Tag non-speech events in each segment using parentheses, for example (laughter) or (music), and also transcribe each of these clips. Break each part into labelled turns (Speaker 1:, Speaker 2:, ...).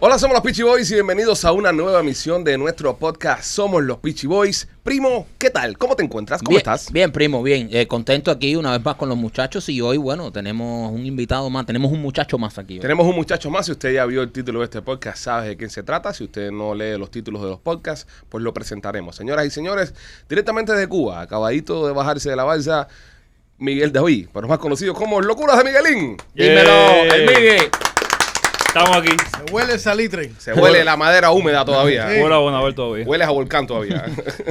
Speaker 1: Hola, somos los Peachy Boys y bienvenidos a una nueva emisión de nuestro podcast Somos los Peachy Boys. Primo, ¿qué tal? ¿Cómo te encuentras? ¿Cómo
Speaker 2: bien,
Speaker 1: estás?
Speaker 2: Bien, primo, bien. Eh, contento aquí una vez más con los muchachos y hoy, bueno, tenemos un invitado más, tenemos un muchacho más aquí. hoy.
Speaker 1: Tenemos un muchacho más. Si usted ya vio el título de este podcast, sabe de quién se trata. Si usted no lee los títulos de los podcasts, pues lo presentaremos. Señoras y señores, directamente desde Cuba, acabadito de bajarse de la balsa, Miguel David, pero más conocido como Locuras de Miguelín.
Speaker 3: Yeah.
Speaker 2: Dímelo, el Miguel.
Speaker 3: Estamos aquí.
Speaker 4: Se huele el salitre.
Speaker 1: Se huele la madera húmeda todavía.
Speaker 4: Sí.
Speaker 3: Hola, Bonabel todavía.
Speaker 1: Hueles a volcán todavía.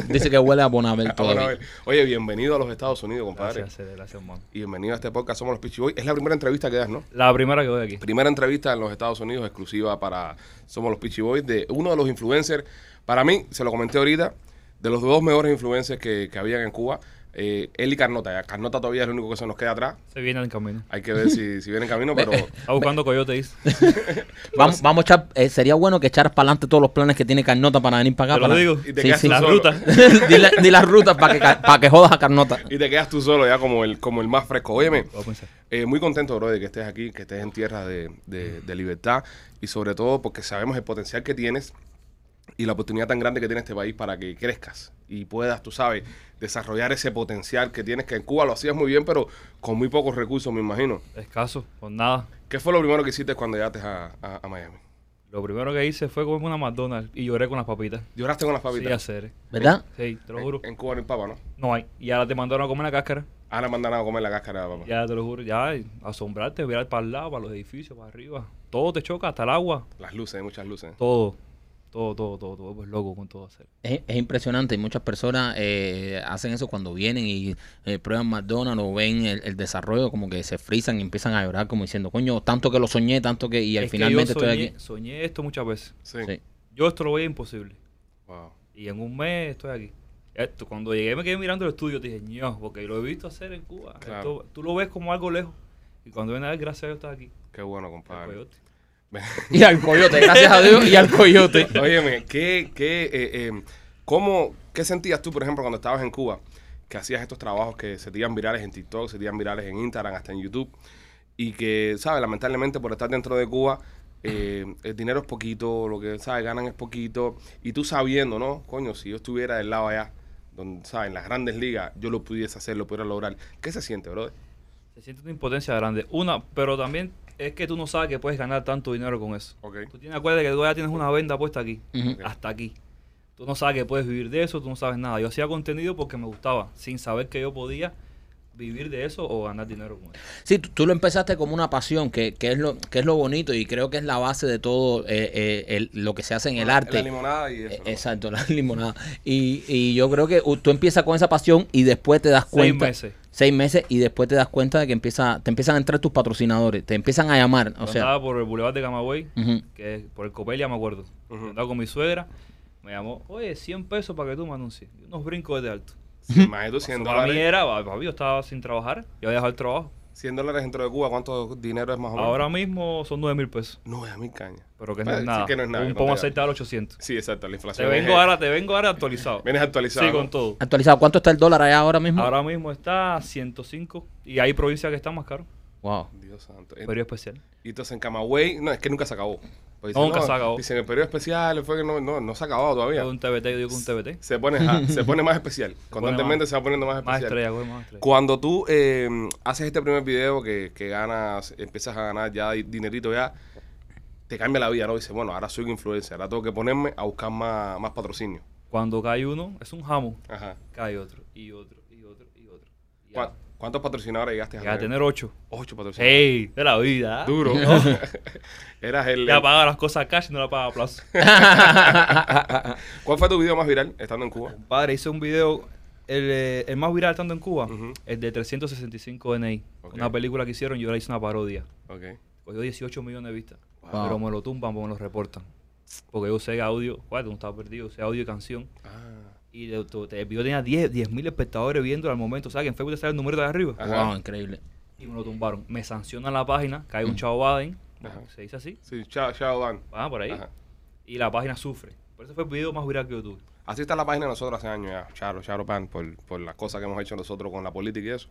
Speaker 2: Dice que huele
Speaker 1: (laughs)
Speaker 2: a Bonabel
Speaker 1: Ahora, a
Speaker 2: todavía.
Speaker 1: ver. Oye, bienvenido a los Estados Unidos, compadre.
Speaker 3: Gracias, Cede, gracias, hermano.
Speaker 1: Y bienvenido a este podcast Somos los Pichi Boys. Es la primera entrevista que das, ¿no?
Speaker 3: La primera que voy aquí.
Speaker 1: Primera entrevista en los Estados Unidos exclusiva para Somos los Pichi Boys de uno de los influencers. Para mí, se lo comenté ahorita, de los dos mejores influencers que, que habían en Cuba, eh, él y Carnota. Carnota todavía es el único que se nos queda atrás.
Speaker 3: Se viene en camino.
Speaker 1: Hay que ver si, si viene en camino, pero
Speaker 3: Está buscando coyote, dice.
Speaker 2: Vamos, vamos a echar, eh, sería bueno que echaras para adelante todos los planes que tiene Carnota para venir para acá.
Speaker 3: Te lo
Speaker 2: para-
Speaker 3: digo.
Speaker 1: y te
Speaker 2: Sí,
Speaker 1: quedas tú
Speaker 2: sí. (laughs)
Speaker 1: (laughs)
Speaker 3: Las
Speaker 1: solo.
Speaker 3: rutas.
Speaker 2: dile, dile las rutas para que, ca- para que jodas a Carnota.
Speaker 1: Y te quedas tú solo ya como el, como el más fresco. Óyeme,
Speaker 3: Voy a pensar.
Speaker 1: Eh, muy contento, bro, de que estés aquí, que estés en tierra de, de- de libertad y sobre todo porque sabemos el potencial que tienes y la oportunidad tan grande que tiene este país para que crezcas y puedas, tú sabes, desarrollar ese potencial que tienes, que en Cuba lo hacías muy bien, pero con muy pocos recursos, me imagino.
Speaker 3: Escaso, con pues nada.
Speaker 1: ¿Qué fue lo primero que hiciste cuando llegaste a, a- a Miami?
Speaker 3: Lo primero que hice fue comerme una McDonald's y lloré con las papitas.
Speaker 1: ¿Lloraste con las
Speaker 3: Sí,
Speaker 1: papitas? Eh,
Speaker 3: hacer.
Speaker 2: ¿Verdad?
Speaker 3: Sí, te lo juro.
Speaker 1: en, en Cuba no hay papa, ¿no?
Speaker 3: No hay. Y ahora te mandaron a comer la cáscara.
Speaker 1: Ahora mandan a comer la cáscara de la papa.
Speaker 3: Ya te lo juro. Ya, y asombrarte, mirar para el lado, para los edificios, para arriba. Todo te choca, hasta el agua.
Speaker 1: Las luces, hay muchas luces.
Speaker 3: Todo. Todo, todo, todo, todo. Pues loco con todo hacer.
Speaker 2: Es, es impresionante y muchas personas eh, hacen eso cuando vienen y eh, prueban McDonald's o ven el, el desarrollo, como que se frisan y empiezan a llorar como diciendo, coño, tanto que lo soñé, tanto que... Y al
Speaker 3: Es que yo
Speaker 2: finalmente estoy
Speaker 3: soñé-
Speaker 2: aquí.
Speaker 3: Soñé esto muchas veces.
Speaker 1: Sí.
Speaker 2: Sí.
Speaker 3: Yo esto lo veía imposible.
Speaker 1: Wow.
Speaker 3: Y en un mes estoy aquí. Esto, cuando llegué me quedé mirando el estudio, dije, ño, porque lo he visto hacer en Cuba.
Speaker 1: Claro.
Speaker 3: Esto- tú lo ves como algo lejos. Y cuando ven a ver, gracias a Dios estás aquí.
Speaker 1: Qué bueno,
Speaker 3: El
Speaker 1: compadre.
Speaker 3: coyote.
Speaker 2: Y al coyote, gracias a Dios, y
Speaker 1: (laughs)
Speaker 2: al coyote.
Speaker 1: Óyeme, ¿qué, qué, eh, eh, cómo, ¿qué sentías tú, por ejemplo, cuando estabas en Cuba? Que hacías estos trabajos que se te iban virales en TikTok, se te iban virales en Instagram, hasta en YouTube. Y que, ¿sabes? Lamentablemente, por estar dentro de Cuba, eh, el dinero es poquito, lo que, ¿sabes? Ganan es poquito. Y tú sabiendo, ¿no? Coño, si yo estuviera del lado allá, donde, ¿sabes? En las grandes ligas, yo lo pudiese hacer, lo pudiera lograr. ¿Qué se siente, brother?
Speaker 3: Se siente una impotencia grande. Una, pero también es que tú no sabes que puedes ganar tanto dinero con eso.
Speaker 1: Ok.
Speaker 3: Tú tienes acuerdo que tú ya tienes una venda puesta aquí,
Speaker 2: Ujú.
Speaker 3: hasta aquí. Tú no sabes que puedes vivir de eso, tú no sabes nada. Yo hacía contenido porque me gustaba, sin saber que yo podía vivir de eso o ganar dinero con eso.
Speaker 2: Sí, tú, tú lo empezaste como una pasión, que, que es lo, que es lo bonito y creo que es la base de todo eh, eh, el- lo que se hace en el
Speaker 1: La
Speaker 2: arte.
Speaker 1: limonada y eso.
Speaker 2: Eh,
Speaker 1: ¿no?
Speaker 2: Exacto, (laughs) la limonada. Y, y yo creo que uh, tú empiezas con esa pasión y después te das cuenta.
Speaker 3: meses.
Speaker 2: Seis meses y después te das cuenta de que empieza, te empiezan a entrar tus patrocinadores, te empiezan a llamar. O
Speaker 3: Yo
Speaker 2: sea,
Speaker 3: andaba por el Boulevard de Camagüey,
Speaker 2: ujú.
Speaker 3: que es por el Copelia, me acuerdo. Yo
Speaker 1: Ujú.
Speaker 3: Andaba con mi suegra, me llamó, oye, 100 pesos para que tú me anuncies. Y Unos brincos de alto.
Speaker 1: Sí, más de 200
Speaker 3: Para mí
Speaker 1: dólares. Ah,
Speaker 3: era, pa- papi, yo estaba sin trabajar, yo había dejado el trabajo.
Speaker 1: 100 dólares dentro de Cuba, ¿cuánto dinero es más o menos?
Speaker 3: Ahora mismo son 9 mil pesos,
Speaker 1: No, es a mil cañas.
Speaker 3: pero que no,
Speaker 1: Pues,
Speaker 3: es
Speaker 1: sí
Speaker 3: nada.
Speaker 1: que no es nada,
Speaker 3: Un
Speaker 1: que no
Speaker 3: pomo
Speaker 1: te
Speaker 3: aceite al 800.
Speaker 1: Sí, exacto, la
Speaker 3: Te
Speaker 1: inflación. es-
Speaker 3: vengo ahora, te vengo ahora actualizado.
Speaker 1: Vienes actualizado.
Speaker 3: Sí, con
Speaker 1: ¿no?
Speaker 3: todo.
Speaker 2: actualizado, ¿cuánto está el dólar allá ahora mismo?
Speaker 3: Ahora mismo está a 105 y hay provincias que están más caros,
Speaker 2: Wow.
Speaker 1: Dios santo. Eh,
Speaker 3: pero es especial.
Speaker 1: Y entonces en Camagüey, no, es que nunca se acabó. Pues dicen,
Speaker 3: Nunca
Speaker 1: no,
Speaker 3: se acabó.
Speaker 1: Dicen, el periodo especial fue que no, no, no se ha acabado todavía.
Speaker 3: Yo un TBT, yo digo un TBT.
Speaker 1: Se pone, ah, se pone más
Speaker 3: (laughs)
Speaker 1: especial. Constantemente
Speaker 3: más.
Speaker 1: se va poniendo más
Speaker 3: Más
Speaker 1: especial.
Speaker 3: estrella, coge más estrella.
Speaker 1: Cuando tú eh, haces este primer video que, que ganas, empiezas a ganar ya di- dinerito ya, te cambia la vida, ¿no? Dices, bueno, ahora soy influencer, ahora tengo que ponerme a buscar más, más patrocinio.
Speaker 3: Cuando cae uno, es un jamo.
Speaker 1: Ajá.
Speaker 3: cae otro, y otro, y otro, y otro. Y
Speaker 1: ¿Cuá-
Speaker 3: Ya,
Speaker 1: ¿Cuántos patrocinadores llegaste
Speaker 3: ya a tener ocho.
Speaker 1: Ocho patrocinadores.
Speaker 3: ¡Ey! De la vida.
Speaker 1: Duro. (laughs) Eras el...
Speaker 3: Ya paga las cosas cash y no la paga a plazo.
Speaker 1: ¿Cuál fue tu video más viral estando en Cuba?
Speaker 3: (laughs) Padre, hice un video, el, eh, el más viral estando en Cuba,
Speaker 1: Ujú.
Speaker 3: el de 365 NI.
Speaker 1: Ok.
Speaker 3: Una película que hicieron, yo la hice una parodia.
Speaker 1: Ok.
Speaker 3: Cogió 18 millones de vistas.
Speaker 2: Wow.
Speaker 3: Pero me lo tumban porque me lo reportan. Porque yo usé audio, bueno, no estaba perdido, usé audio y canción.
Speaker 1: Ah,
Speaker 3: Y de- to- te- yo tenía 10 10 mil espectadores viendo al momento. O sea, que en Facebook te sale el número de arriba.
Speaker 1: Ajá.
Speaker 2: Wow, increíble.
Speaker 3: Y me lo tumbaron. Me sancionan la página, cae un chavo Baden.
Speaker 1: Ajá.
Speaker 3: Se dice así.
Speaker 1: sí, chao, chao, Dan.
Speaker 3: Ah, por ahí.
Speaker 1: Ajá.
Speaker 3: Y la página sufre. Por eso fue el video más viral que yo tuve.
Speaker 1: Así está la página de nosotros hace años ya, Charo, Charo Pan, por, por las cosas que hemos hecho nosotros con la política y eso.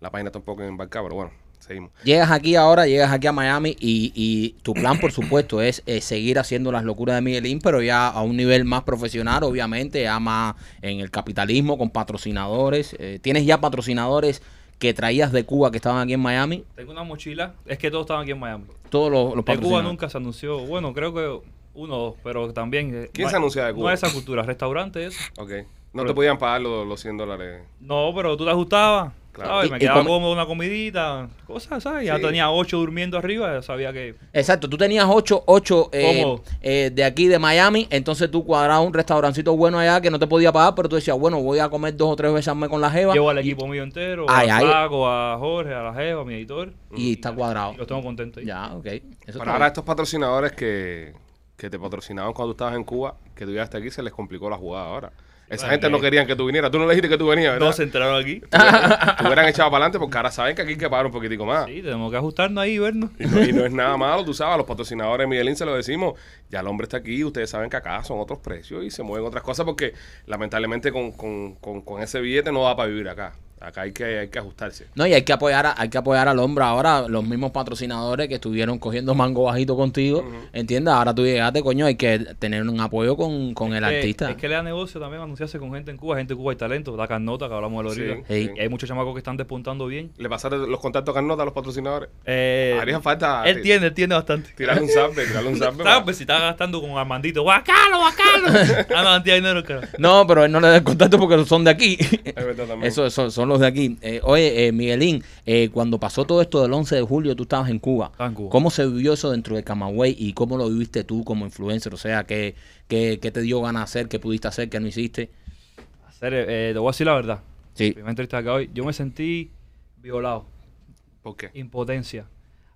Speaker 1: La página está un poco embarcada, pero bueno, seguimos.
Speaker 2: Llegas aquí ahora, llegas aquí a Miami y, y tu plan, por supuesto, es eh, seguir haciendo las locuras de Miguelín, pero ya a un nivel más profesional, obviamente, ya más en el capitalismo, con patrocinadores. Eh, ¿Tienes ya patrocinadores que traías de Cuba que estaban aquí en Miami?
Speaker 3: Tengo una mochila, es que todos estaban aquí en Miami.
Speaker 2: Todos los, los
Speaker 3: De Cuba
Speaker 2: patrocinadores.
Speaker 3: nunca se anunció, bueno, creo que uno o dos, pero también... eh,
Speaker 1: ¿Quién
Speaker 3: no
Speaker 1: se
Speaker 3: hay-
Speaker 1: anuncia de Cuba?
Speaker 3: No es esa cultura, restaurante eso.
Speaker 1: Ok. No te podían pagar los, los 100 dólares.
Speaker 3: No, pero tú te ajustabas,
Speaker 1: Claro.
Speaker 3: ¿sabes?
Speaker 2: Y-
Speaker 3: Me
Speaker 2: y
Speaker 3: quedaba
Speaker 2: comi-
Speaker 3: cómodo una comidita, cosas, ¿sabes? Ya
Speaker 1: Sí.
Speaker 3: tenía ocho durmiendo arriba, ya sabía que...
Speaker 2: Exacto, tú tenías 8, 8
Speaker 3: Cómodo.
Speaker 2: eh, de aquí de Miami, entonces tú cuadrabas un restaurancito bueno allá que no te podía pagar, pero tú decías, bueno, voy a comer dos o tres veces al mes con la jeva
Speaker 3: Llevo al equipo mío entero,
Speaker 2: Ah, Ay,
Speaker 3: a
Speaker 2: ay.
Speaker 3: Paco, a Jorge, a la Jeva, a Mm. mi editor.
Speaker 2: y está cuadrado.
Speaker 3: Y los tengo contentos. ahí.
Speaker 2: Ya, ok. Eso está
Speaker 1: Pero ahora estos patrocinadores que, que te patrocinaban cuando tú estabas en Cuba, que tú llegaste aquí, se les complicó la jugada ahora. Esa
Speaker 3: Bueno,
Speaker 1: gente no
Speaker 3: que-
Speaker 1: querían que tú vinieras. Tú no le dijiste que tú venías, ¿verdad?
Speaker 3: Todos se enteraron aquí.
Speaker 1: Te hubieran echado para adelante porque ahora saben que aquí hay que pagar un poquitico más.
Speaker 3: Sí, tenemos que ajustarnos ahí y vernos.
Speaker 1: Y no, y no es nada malo, tú sabes, a los patrocinadores de Miguelín se lo decimos, ya el hombre está aquí, ustedes saben que acá son otros precios y se mueven otras cosas porque lamentablemente con, con- con- con ese billete no da para vivir acá. Acá hay que, hay que ajustarse.
Speaker 2: No, y hay que apoyar a- hay que apoyar al hombre ahora, los mismos patrocinadores que estuvieron cogiendo mango bajito contigo, ¿entiendes? Ahora tú llegaste, coño, hay que tener un apoyo con, con el
Speaker 3: Que-
Speaker 2: artista.
Speaker 3: Eh, Es que le da negocio también anunciarse con gente en Cuba. Gente en Cuba hay talento. La carnota que hablamos de la
Speaker 1: Sí,
Speaker 3: orilla.
Speaker 2: Ey.
Speaker 1: sí.
Speaker 3: Y hay muchos chamacos que están despuntando bien.
Speaker 1: Le pasaste los contactos que anota a los patrocinadores.
Speaker 3: Eh,
Speaker 1: Haría falta
Speaker 3: Él tiene, él tiene bastante. (laughs)
Speaker 1: tirarle un sample, tirarle un sample.
Speaker 3: Está, pues, si está gastando con Armandito. ¡Bacalo, bacalo!
Speaker 2: (laughs)
Speaker 3: ah, no, antes dinero, cara.
Speaker 2: No, pero él no le da el contacto porque son de
Speaker 3: (laughs)
Speaker 2: aquí.
Speaker 1: Es verdad también.
Speaker 2: Eso, eso- son los de aquí. Eh, oye, eh, Miguelín, eh, cuando pasó todo esto del 11 de julio, tú estabas en Cuba.
Speaker 3: Estaba en Cuba.
Speaker 2: ¿Cómo se vivió eso dentro de Camagüey y cómo lo viviste tú como influencer? O sea, ¿qué, qué, qué te dio ganas de hacer? ¿Qué pudiste hacer? ¿Qué no hiciste?
Speaker 3: Hacer, eh, te voy a decir la verdad.
Speaker 2: Sí.
Speaker 3: Primera entrevista que hoy. Yo me sentí violado.
Speaker 1: ¿Por qué?
Speaker 3: Impotencia.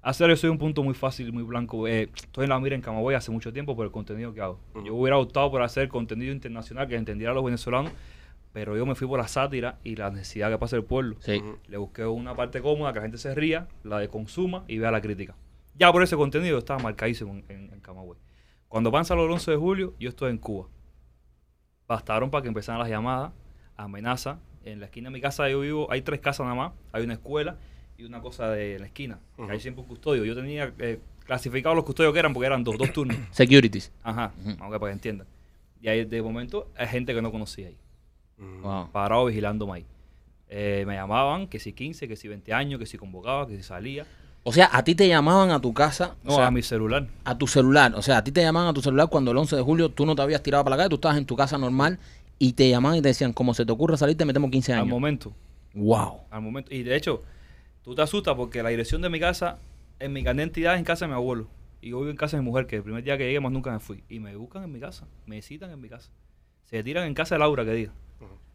Speaker 3: Hacer yo soy un punto muy fácil, muy blanco. Eh, estoy en la mira en Camagüey hace mucho tiempo por el contenido que hago. Yo hubiera optado por hacer contenido internacional que entendiera a los venezolanos, pero yo me fui por la sátira y la necesidad que pasa el pueblo.
Speaker 2: Sí.
Speaker 3: Le busqué una parte cómoda que la gente se ría, la de consuma y vea la crítica. Ya por ese contenido estaba marcadísimo en, en, en Camagüey. Cuando pasa los 11 de julio, yo estoy en Cuba. Bastaron para que empezaran las llamadas, amenaza. En la esquina de mi casa yo vivo, hay tres casas nada más. Hay una escuela y una cosa de la esquina. que
Speaker 1: Ujú.
Speaker 3: Hay siempre un custodio. Yo tenía eh, clasificado los custodios que eran porque eran dos, dos turnos.
Speaker 2: Securities.
Speaker 3: Ajá, aunque para que entiendan. Y ahí de momento hay gente que no conocía ahí Mm.
Speaker 2: Wow.
Speaker 3: parado vigilándome ahí. Eh, me llamaban que si 15, que si 20 años, que si convocaba, que si salía.
Speaker 2: O sea, a ti te llamaban a tu casa,
Speaker 3: No,
Speaker 2: o sea,
Speaker 3: a mi celular.
Speaker 2: a tu celular. O sea, a ti te llamaban a tu celular cuando el 11 de julio tú no te habías tirado para la calle, tú estabas en tu casa normal y te llamaban y te decían, como se te ocurra salir, te metemos 15
Speaker 3: Al
Speaker 2: años.
Speaker 3: momento,
Speaker 2: Wow.
Speaker 3: al momento. Y de hecho, tú te asustas porque la dirección de mi casa, en mi carnet de identidad es en casa de mi abuelo. Y yo vivo en casa de mi mujer, que el primer día que llegué más nunca me fui. Y me buscan en mi casa, me citan en mi casa. Se tiran en casa de Laura, que diga.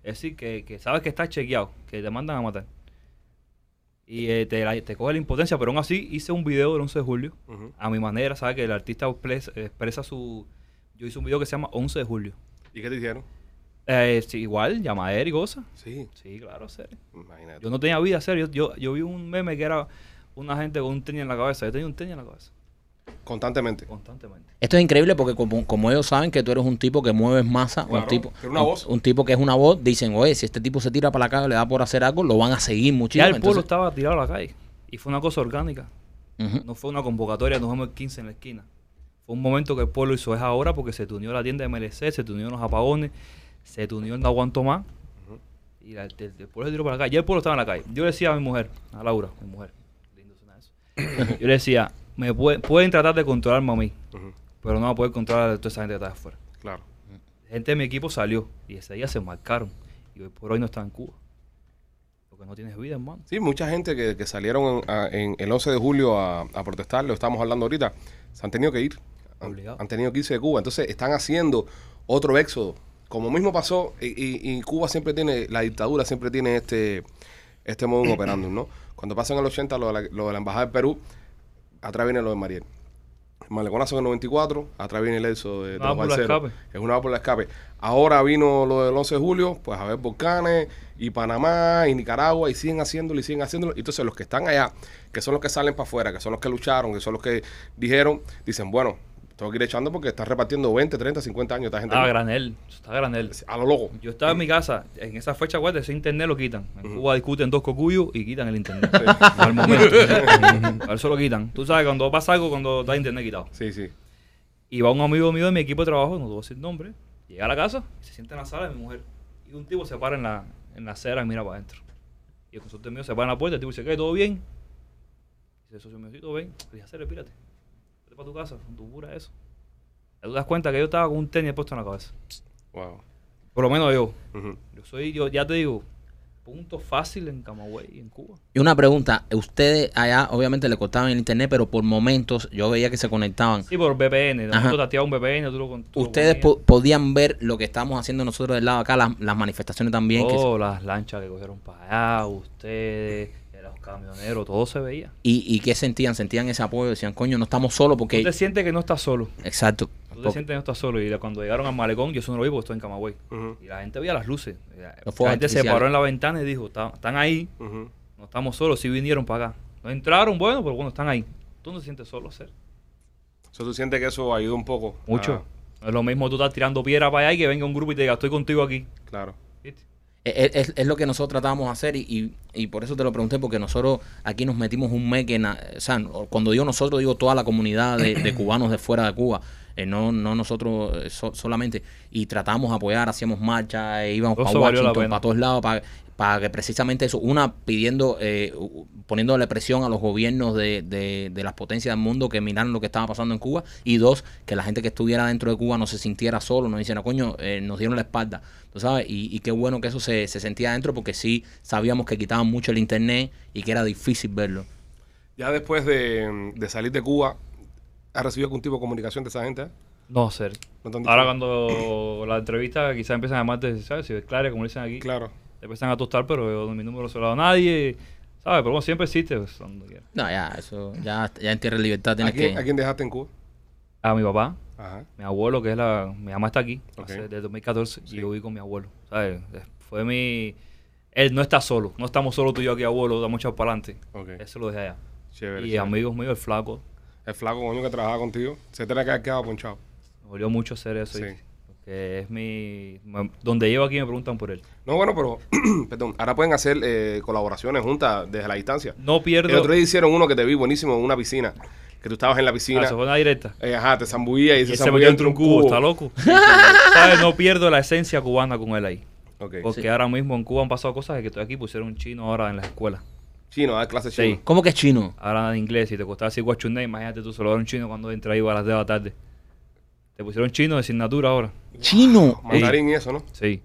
Speaker 3: Es decir, que, que sabes que estás chequeado, que te mandan a matar. Y eh, te, la- te coge la impotencia, pero aún así hice un video del 11 de julio.
Speaker 1: Ujú.
Speaker 3: a mi manera, ¿sabes? Que el artista expres- expresa su... Yo hice un video que se llama 11 de julio.
Speaker 1: ¿Y qué te dijeron?
Speaker 3: Eh, sí, igual, llamadera y cosas.
Speaker 1: Sí,
Speaker 3: Sí, claro, serio.
Speaker 1: imagínate.
Speaker 3: Yo no tenía vida, serio. Yo, yo, yo vi un meme que era una gente con un tenis en la cabeza. Yo tenía un tenis en la cabeza,
Speaker 1: Constantemente.
Speaker 3: constantemente.
Speaker 2: Esto es increíble porque como, como ellos saben que tú eres un tipo que mueves masa,
Speaker 1: Claro,
Speaker 2: un tipo,
Speaker 1: que una
Speaker 2: un-
Speaker 1: voz.
Speaker 2: Un, tipo que es una voz, dicen, oye, si este tipo se tira para la calle, le da por hacer algo, lo van a seguir muchísimo.
Speaker 3: ya el pueblo
Speaker 2: Entonces-
Speaker 3: estaba tirado a la calle. Y fue una cosa orgánica.
Speaker 2: Ujú.
Speaker 3: No fue una convocatoria, nos vemos el 15 en la esquina. Fue un momento que el pueblo hizo es ahora porque se unió la tienda de MLC, se unió los apagones, se unió el No Aguanto Más. Y la- el, el pueblo se tiró para la calle. Ya el pueblo estaba en la calle. Yo le decía a mi mujer, a Laura, mi mujer, lindo suena eso.
Speaker 1: (coughs)
Speaker 3: Yo le decía, me pue- pueden tratar de controlarme a mí,
Speaker 1: Ujú,
Speaker 3: pero no van a poder controlar a toda esa gente que está afuera.
Speaker 1: Claro.
Speaker 3: Gente de mi equipo salió y ese día se marcaron. Y hoy por hoy no está en Cuba. Porque no tienes vida, hermano.
Speaker 1: Sí, mucha gente que, que salieron en, a- en el 11 de julio a, a protestar, lo estamos hablando ahorita, se han tenido que ir. Han,
Speaker 3: Obligado.
Speaker 1: han tenido que irse de Cuba. Entonces están haciendo otro éxodo. Como mismo pasó, y, y- y Cuba siempre tiene, la dictadura siempre tiene este, este
Speaker 3: (clears throat)
Speaker 1: modus operandum, ¿no? Cuando pasan en el 80 lo de la, lo de la Embajada del Perú, atrás viene lo de Mariel. Maleconazo en el 94, atrás viene el éxodo de, de
Speaker 3: Una
Speaker 1: los
Speaker 3: válvula de
Speaker 1: balseros.
Speaker 3: escape.
Speaker 1: Es una válvula de escape. Ahora vino lo del 11 de julio, pues a ver volcanes, y Panamá, y Nicaragua, y siguen haciéndolo, y siguen haciéndolo. Y Entonces los que están allá, que son los que salen para afuera, que son los que lucharon, que son los que dijeron, dicen, bueno, Tengo que ir echando porque estás repartiendo 20, 30, 50 años esta gente.
Speaker 3: Ah, granel. Eso está granel.
Speaker 1: a lo loco.
Speaker 3: Yo estaba en mi casa, en esa fecha, guarda, ese internet lo quitan. En Cuba discuten dos cocuyos y quitan el internet.
Speaker 1: (laughs)
Speaker 3: Al momento. Al eso lo quitan. Tú sabes, cuando pasa algo, cuando está internet quitado.
Speaker 1: Sí, sí.
Speaker 3: Y va un amigo mío de mi equipo de trabajo, no te voy a decir nombre, llega a la casa, se sienta en la sala de mi mujer. Y un tipo se para en la, en la acera y mira para adentro. Y el consorte mío se para en la puerta, el tipo dice, ¿qué? ¿Todo bien? Dice, el socio mío, sí, todo bien. Le dije, acero, pírate. Vete para tu casa, con tu pura eso. Ahí Tú te das cuenta que yo estaba con un tenis puesto en la cabeza.
Speaker 1: Wow.
Speaker 3: Por lo menos yo.
Speaker 1: Ujú.
Speaker 3: Yo soy, yo ya te digo, punto fácil en Camagüey, en Cuba.
Speaker 2: Y una pregunta, ustedes allá obviamente le cortaban el internet, pero por momentos yo veía que se conectaban.
Speaker 3: Sí, por VPN.
Speaker 2: Ajá.
Speaker 3: Tú tateabas un VPN, tú lo con- tú lo
Speaker 2: Ustedes
Speaker 3: ponías.
Speaker 2: po- podían ver lo que estamos haciendo nosotros del lado de acá, las, las manifestaciones también. que se-
Speaker 3: Oh, las lanchas que cogieron para allá, ustedes, eh, los camioneros, todo se veía.
Speaker 2: y, ¿Y qué sentían? ¿Sentían ese apoyo? Decían, coño, no estamos solos porque...
Speaker 3: Tú te sientes que no estás solo.
Speaker 2: Exacto.
Speaker 3: Tú te
Speaker 2: Porque-
Speaker 3: sientes que no estás solo. Y cuando llegaron al malecón, yo eso no lo vi porque estoy en Camagüey.
Speaker 1: Ujú.
Speaker 3: Y la gente veía las luces. Eh, La
Speaker 2: Los fuegos
Speaker 3: la gente se
Speaker 2: artificiales.
Speaker 3: paró en la ventana y dijo, "Está- están ahí,
Speaker 1: Ujú.
Speaker 3: no estamos solos, sí vinieron para acá. No entraron, bueno, pero bueno, están ahí. Tú no te sientes solo, ser.
Speaker 1: So, ¿Tú sientes que eso ayuda un poco? Ah,
Speaker 3: Mucho. Ah. No es lo mismo tú estás tirando piedra para allá y que venga un grupo y te diga, estoy contigo aquí.
Speaker 1: Ah, claro.
Speaker 3: ¿Viste?
Speaker 2: Es, es- es lo que nosotros tratamos de hacer y, y- y por eso te lo pregunté, porque nosotros aquí nos metimos un mes que, na- o sea, cuando digo nosotros, digo toda la comunidad de, de cubanos de fuera de Cuba, eh, no, no nosotros eh, so- solamente, y tratamos de apoyar, hacíamos marcha, eh, íbamos
Speaker 3: Todo
Speaker 2: para
Speaker 3: eso valió la
Speaker 2: Washington,
Speaker 3: pena.
Speaker 2: para todos lados, para, para que precisamente eso, una pidiendo, eh, u- poniéndole presión a los gobiernos de, de- de las potencias del mundo que miraran lo que estaba pasando en Cuba, y dos, que la gente que estuviera dentro de Cuba no se sintiera solo, no diciera, coño, eh, nos dieron la espalda, ¿tú sabes? Y, y qué bueno que eso se, se sentía adentro porque sí sabíamos que quitaban mucho el internet y que era difícil verlo.
Speaker 1: Ya después de, de salir de Cuba, ¿has recibido algún tipo de comunicación de esa gente?
Speaker 3: No, ser.
Speaker 1: ¿No te han dicho?
Speaker 3: Ahora cuando la entrevista quizás empiezan a llamarte, ¿sabes? Si es clara, como dicen aquí,
Speaker 1: Claro.
Speaker 3: te empiezan a tostar, pero yo, mi número no se lo he dado a nadie, ¿sabes? Pero bueno, siempre existe. pues, cuando quiera.
Speaker 2: No, ya, eso, ya, ya en Tierra de Libertad
Speaker 1: ¿A
Speaker 2: tienes
Speaker 1: quién,
Speaker 2: que...
Speaker 1: a quién dejaste en Cuba?
Speaker 3: A Ah, mi papá,
Speaker 1: Ajá.
Speaker 3: mi abuelo, que es la... Mi mamá está aquí,
Speaker 1: Ok.
Speaker 3: hace- desde 2014, y yo viví con mi abuelo, ¿sabes? Eh, Fue mi... Él no está solo, no estamos solo tú y yo aquí, abuelo, damos mucho para adelante.
Speaker 1: Ok.
Speaker 3: Eso lo dejé allá.
Speaker 1: Chévere.
Speaker 3: y
Speaker 1: chévere.
Speaker 3: amigos míos, el flaco,
Speaker 1: El flaco coño que trabajaba contigo se tiene que haber quedado ponchado.
Speaker 3: me volvió mucho hacer eso.
Speaker 1: Sí.
Speaker 3: ¿viste? Porque es mi... me- Donde llevo aquí me preguntan por él.
Speaker 1: No, bueno, pero, (clears throat) perdón, ahora pueden hacer eh, colaboraciones juntas desde la distancia.
Speaker 3: No pierdo...
Speaker 1: El otro día hicieron uno que te vi buenísimo en una piscina, que tú estabas en la
Speaker 3: Ah,
Speaker 1: piscina,
Speaker 3: eso fue una directa.
Speaker 1: eh, ajá, te zambullía y
Speaker 3: Y
Speaker 1: se
Speaker 3: él se metió
Speaker 1: zambullía
Speaker 3: entre un cubo,
Speaker 1: (laughs)
Speaker 3: está loco. ¿Sabes? No pierdo la esencia cubana con él ahí.
Speaker 1: Ok.
Speaker 3: Porque ahora mismo en Cuba han pasado cosas de que estoy aquí pusieron un chino ahora en la escuela.
Speaker 1: Chino, da clase
Speaker 3: Sí.
Speaker 1: chino.
Speaker 2: ¿Cómo que es chino?
Speaker 3: Ahora en inglés, si te costaba decir what's your name, imagínate tú se lo daban a un chino cuando entra ahí a las 10 de la tarde. Te pusieron chino de asignatura ahora.
Speaker 2: Chino.
Speaker 1: Mandarín y eso, ¿no?
Speaker 3: Sí.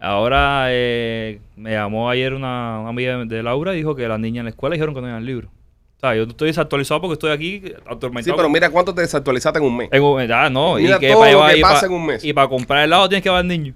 Speaker 3: Ahora eh, me llamó ayer una, una amiga de Laura y dijo que las niñas en la escuela dijeron que no iban al libro. O sea, yo estoy desactualizado porque estoy aquí
Speaker 1: Sí,
Speaker 3: atormentado.
Speaker 1: pero mira cuánto te desactualizaste en un mes.
Speaker 3: En un- ah, no.
Speaker 1: Mira
Speaker 3: y que
Speaker 1: todo
Speaker 3: para
Speaker 1: lo
Speaker 3: llevar
Speaker 1: que
Speaker 3: y
Speaker 1: pasa
Speaker 3: pa-
Speaker 1: en un mes.
Speaker 3: Y para comprar helado tienes que llevar al niño.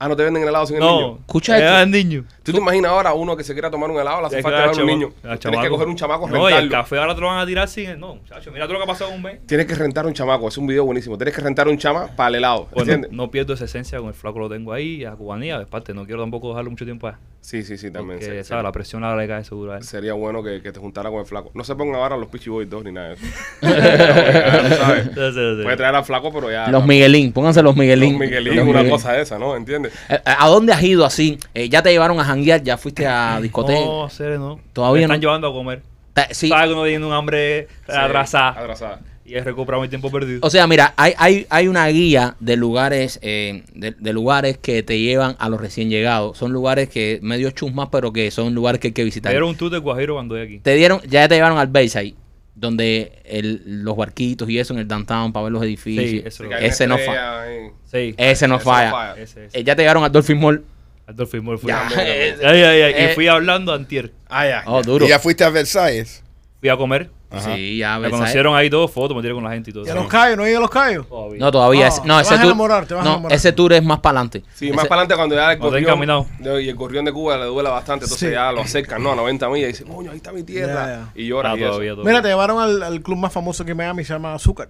Speaker 1: Ah, no te venden el helado sin el
Speaker 3: No,
Speaker 1: niño.
Speaker 2: Escucha
Speaker 3: era
Speaker 2: esto.
Speaker 3: el niño.
Speaker 1: ¿Tú te imaginas ahora uno que se quiera tomar un helado, le hace
Speaker 3: Tienes
Speaker 1: falta
Speaker 3: dar
Speaker 1: llevar un
Speaker 3: chama-
Speaker 1: niño?
Speaker 3: al
Speaker 1: Tienes que
Speaker 3: chamaco.
Speaker 1: coger un chamaco,
Speaker 3: No, y el
Speaker 1: rentarlo.
Speaker 3: café ahora te lo van a tirar sin. No, muchacho, mira todo lo que ha pasado en un mes.
Speaker 1: Tienes que rentar un chamaco, es un video buenísimo. Tienes que rentar un chama para el helado,
Speaker 3: Bueno,
Speaker 1: ¿entiendes?
Speaker 3: Pues no pierdo esa esencia con el flaco, lo tengo ahí, a cubanía. Aparte, no quiero tampoco dejarle mucho tiempo a.
Speaker 1: Sí, sí, sí, también.
Speaker 3: Porque,
Speaker 1: se-
Speaker 3: ¿sabes?
Speaker 1: se-
Speaker 3: La presión ahora le cae seguro ¿eh? a él.
Speaker 1: Sería bueno que, que te juntara con el flaco. No se pongan ahora los Pichi Boys 2 ni nada
Speaker 2: (laughs)
Speaker 1: de eso.
Speaker 3: (laughs)
Speaker 1: Ya, tú sabes.
Speaker 3: Sí, sí, sí.
Speaker 1: Puede traer al flaco, pero ya.
Speaker 2: Los Miguelín, pónganse los
Speaker 1: Los
Speaker 2: Miguelín.
Speaker 1: Miguelín,
Speaker 2: Los
Speaker 1: una
Speaker 2: Miguelín.
Speaker 1: cosa de esa, ¿no? ¿Entiendes?
Speaker 2: Eh, ¿A dónde has ido así? Eh, ¿Ya te llevaron a janguear? ¿Ya fuiste a discoteca?
Speaker 3: No, Cere, no.
Speaker 2: Todavía
Speaker 3: Me están
Speaker 2: no.
Speaker 3: llevando a comer.
Speaker 2: Ta- sí.
Speaker 3: Sabes que uno tiene un hambre atrasada
Speaker 1: Atrasada.
Speaker 3: y es recuperar mi tiempo perdido.
Speaker 2: O sea, mira, hay, hay, hay una guía de lugares eh, de, de lugares que te llevan a los recién llegados. Son lugares que medio chusmas, pero que son lugares que hay que
Speaker 3: Me
Speaker 2: visitar.
Speaker 3: dieron un tour de Guajiro cuando estoy aquí.
Speaker 2: Te dieron, ya te llevaron al Bayside, donde el- los barquitos y eso en el downtown para ver los edificios.
Speaker 3: Sí, eso
Speaker 1: Se
Speaker 3: lo-
Speaker 1: cae una
Speaker 2: Ese no
Speaker 1: estrella ahí.
Speaker 3: Sí.
Speaker 2: Ese no
Speaker 1: Eso no
Speaker 2: falla.
Speaker 1: falla.
Speaker 3: Ese, ese.
Speaker 2: Eh, ya te llevaron al Dolphin Mall.
Speaker 3: Adolfo Ismol fue.
Speaker 2: Ya,
Speaker 1: también,
Speaker 2: eh,
Speaker 1: también.
Speaker 3: Ay, ay, ay,
Speaker 2: Eh.
Speaker 3: Y fui hablando antier.
Speaker 1: Ah, ya.
Speaker 2: Oh, duro.
Speaker 4: Y ya fuiste a Versalles.
Speaker 3: Fui a comer.
Speaker 4: Ajá.
Speaker 2: Sí, ya
Speaker 3: Me
Speaker 2: Bayside.
Speaker 3: conocieron ahí todos, fotos, me tiré con la gente y
Speaker 1: Pues
Speaker 3: todo.
Speaker 5: ¿Y a los callos? ¿No he ido a los callos?
Speaker 3: Todavía.
Speaker 2: No, todavía.
Speaker 5: No,
Speaker 2: ese- no,
Speaker 5: te
Speaker 2: ese
Speaker 5: vas a
Speaker 2: tour,
Speaker 5: enamorar, te vas a
Speaker 2: no,
Speaker 5: enamorar.
Speaker 2: ese tour es más para adelante.
Speaker 1: Sí, más para adelante cuando ya el
Speaker 3: Cuando te
Speaker 1: gorrión
Speaker 3: encaminado.
Speaker 1: de- y el gorrión de Cuba le duele bastante, entonces
Speaker 5: Sí.
Speaker 1: ya lo acercan, ¿no? A 90 millas y dicen, coño, ahí está mi tierra.
Speaker 5: Ya,
Speaker 1: Y llora
Speaker 3: Ah,
Speaker 1: y eso.
Speaker 3: todavía, todavía.
Speaker 5: Mira, te llevaron al, al club más famoso que en Miami, se llama Azúcar.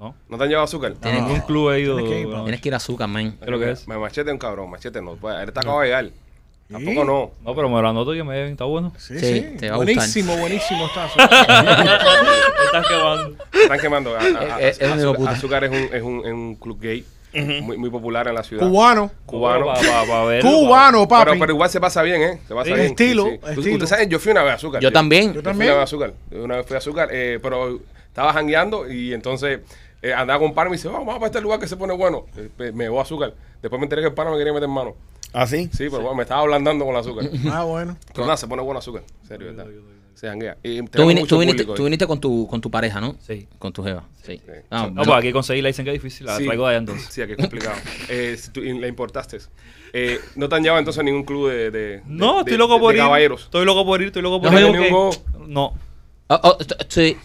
Speaker 3: No.
Speaker 2: Eh,
Speaker 1: ¿No te han llevado azúcar?
Speaker 3: A ningún club he ido.
Speaker 5: Tienes que ir, bro.
Speaker 3: no.
Speaker 2: Tienes que ir a Azúcar, man.
Speaker 3: Creo que es.
Speaker 1: Me machete un cabrón, machete no. pues, Él está acabado de llegar. Tampoco no.
Speaker 3: No, pero me lo anoto que me deben, está bueno.
Speaker 5: Sí,
Speaker 2: Sí,
Speaker 5: sí.
Speaker 2: te va a
Speaker 5: buenísimo, buenísimo está. azúcar.
Speaker 1: (laughs)
Speaker 3: Me estás quemando.
Speaker 1: Están quemando. A- a- a-
Speaker 2: (laughs) Eh, eh, es un hijo de puta.
Speaker 1: azúcar es un, es un, es un club gay muy, muy popular en la ciudad.
Speaker 5: Cubano.
Speaker 1: Cubano.
Speaker 3: Pa- pa- pa verlo,
Speaker 5: Cubano, papi.
Speaker 1: Pero, pero igual se pasa bien, ¿eh? Se pasa
Speaker 5: Sí,
Speaker 1: bien.
Speaker 5: estilo,
Speaker 1: Usted-
Speaker 5: estilo.
Speaker 1: Usted sabe, yo fui una vez a azúcar.
Speaker 2: Yo también.
Speaker 5: Yo
Speaker 1: Yo Fui
Speaker 5: también.
Speaker 1: una vez a azúcar. Yo Una vez fui a azúcar, eh, pero estaba jangueando y entonces eh, andaba con un pana y me dice, "Oh, vamos para este lugar que se pone bueno. Eh, pe- me voy a azúcar. Después me enteré que el pana me quería meter mano.
Speaker 4: ¿Así?
Speaker 1: Sí, pero bueno, me estaba ablandando con el
Speaker 2: (laughs)
Speaker 1: azúcar.
Speaker 5: Ah, bueno.
Speaker 1: pero nada, se pone bueno azúcar. En serio, ¿verdad? Se janguea. Y
Speaker 2: Tú,
Speaker 1: tenemos
Speaker 2: vini-
Speaker 1: mucho
Speaker 2: tú viniste,
Speaker 1: público
Speaker 2: tú
Speaker 1: ahí.
Speaker 2: viniste con, tu, con tu pareja, ¿no?
Speaker 3: Sí.
Speaker 2: Con tu jeva. Sí.
Speaker 1: Sí.
Speaker 2: Ah,
Speaker 3: No,
Speaker 2: bueno.
Speaker 3: pues aquí conseguir la dicen que es difícil. La
Speaker 1: Sí.
Speaker 3: traigo de allá entonces.
Speaker 1: Sí, aquí es
Speaker 3: (laughs)
Speaker 1: complicado. eh, si tú- y la importaste. Eh, ¿No te han llevado entonces a ningún club de, de- de-
Speaker 3: No,
Speaker 1: de-
Speaker 3: estoy loco
Speaker 1: de-
Speaker 3: por
Speaker 1: de
Speaker 3: ir.
Speaker 1: caballeros?
Speaker 3: Estoy loco por ir, estoy loco por
Speaker 1: ¿No
Speaker 3: ir.
Speaker 1: has ido a ningún
Speaker 3: porque- No,
Speaker 2: Oh, oh, t- sí.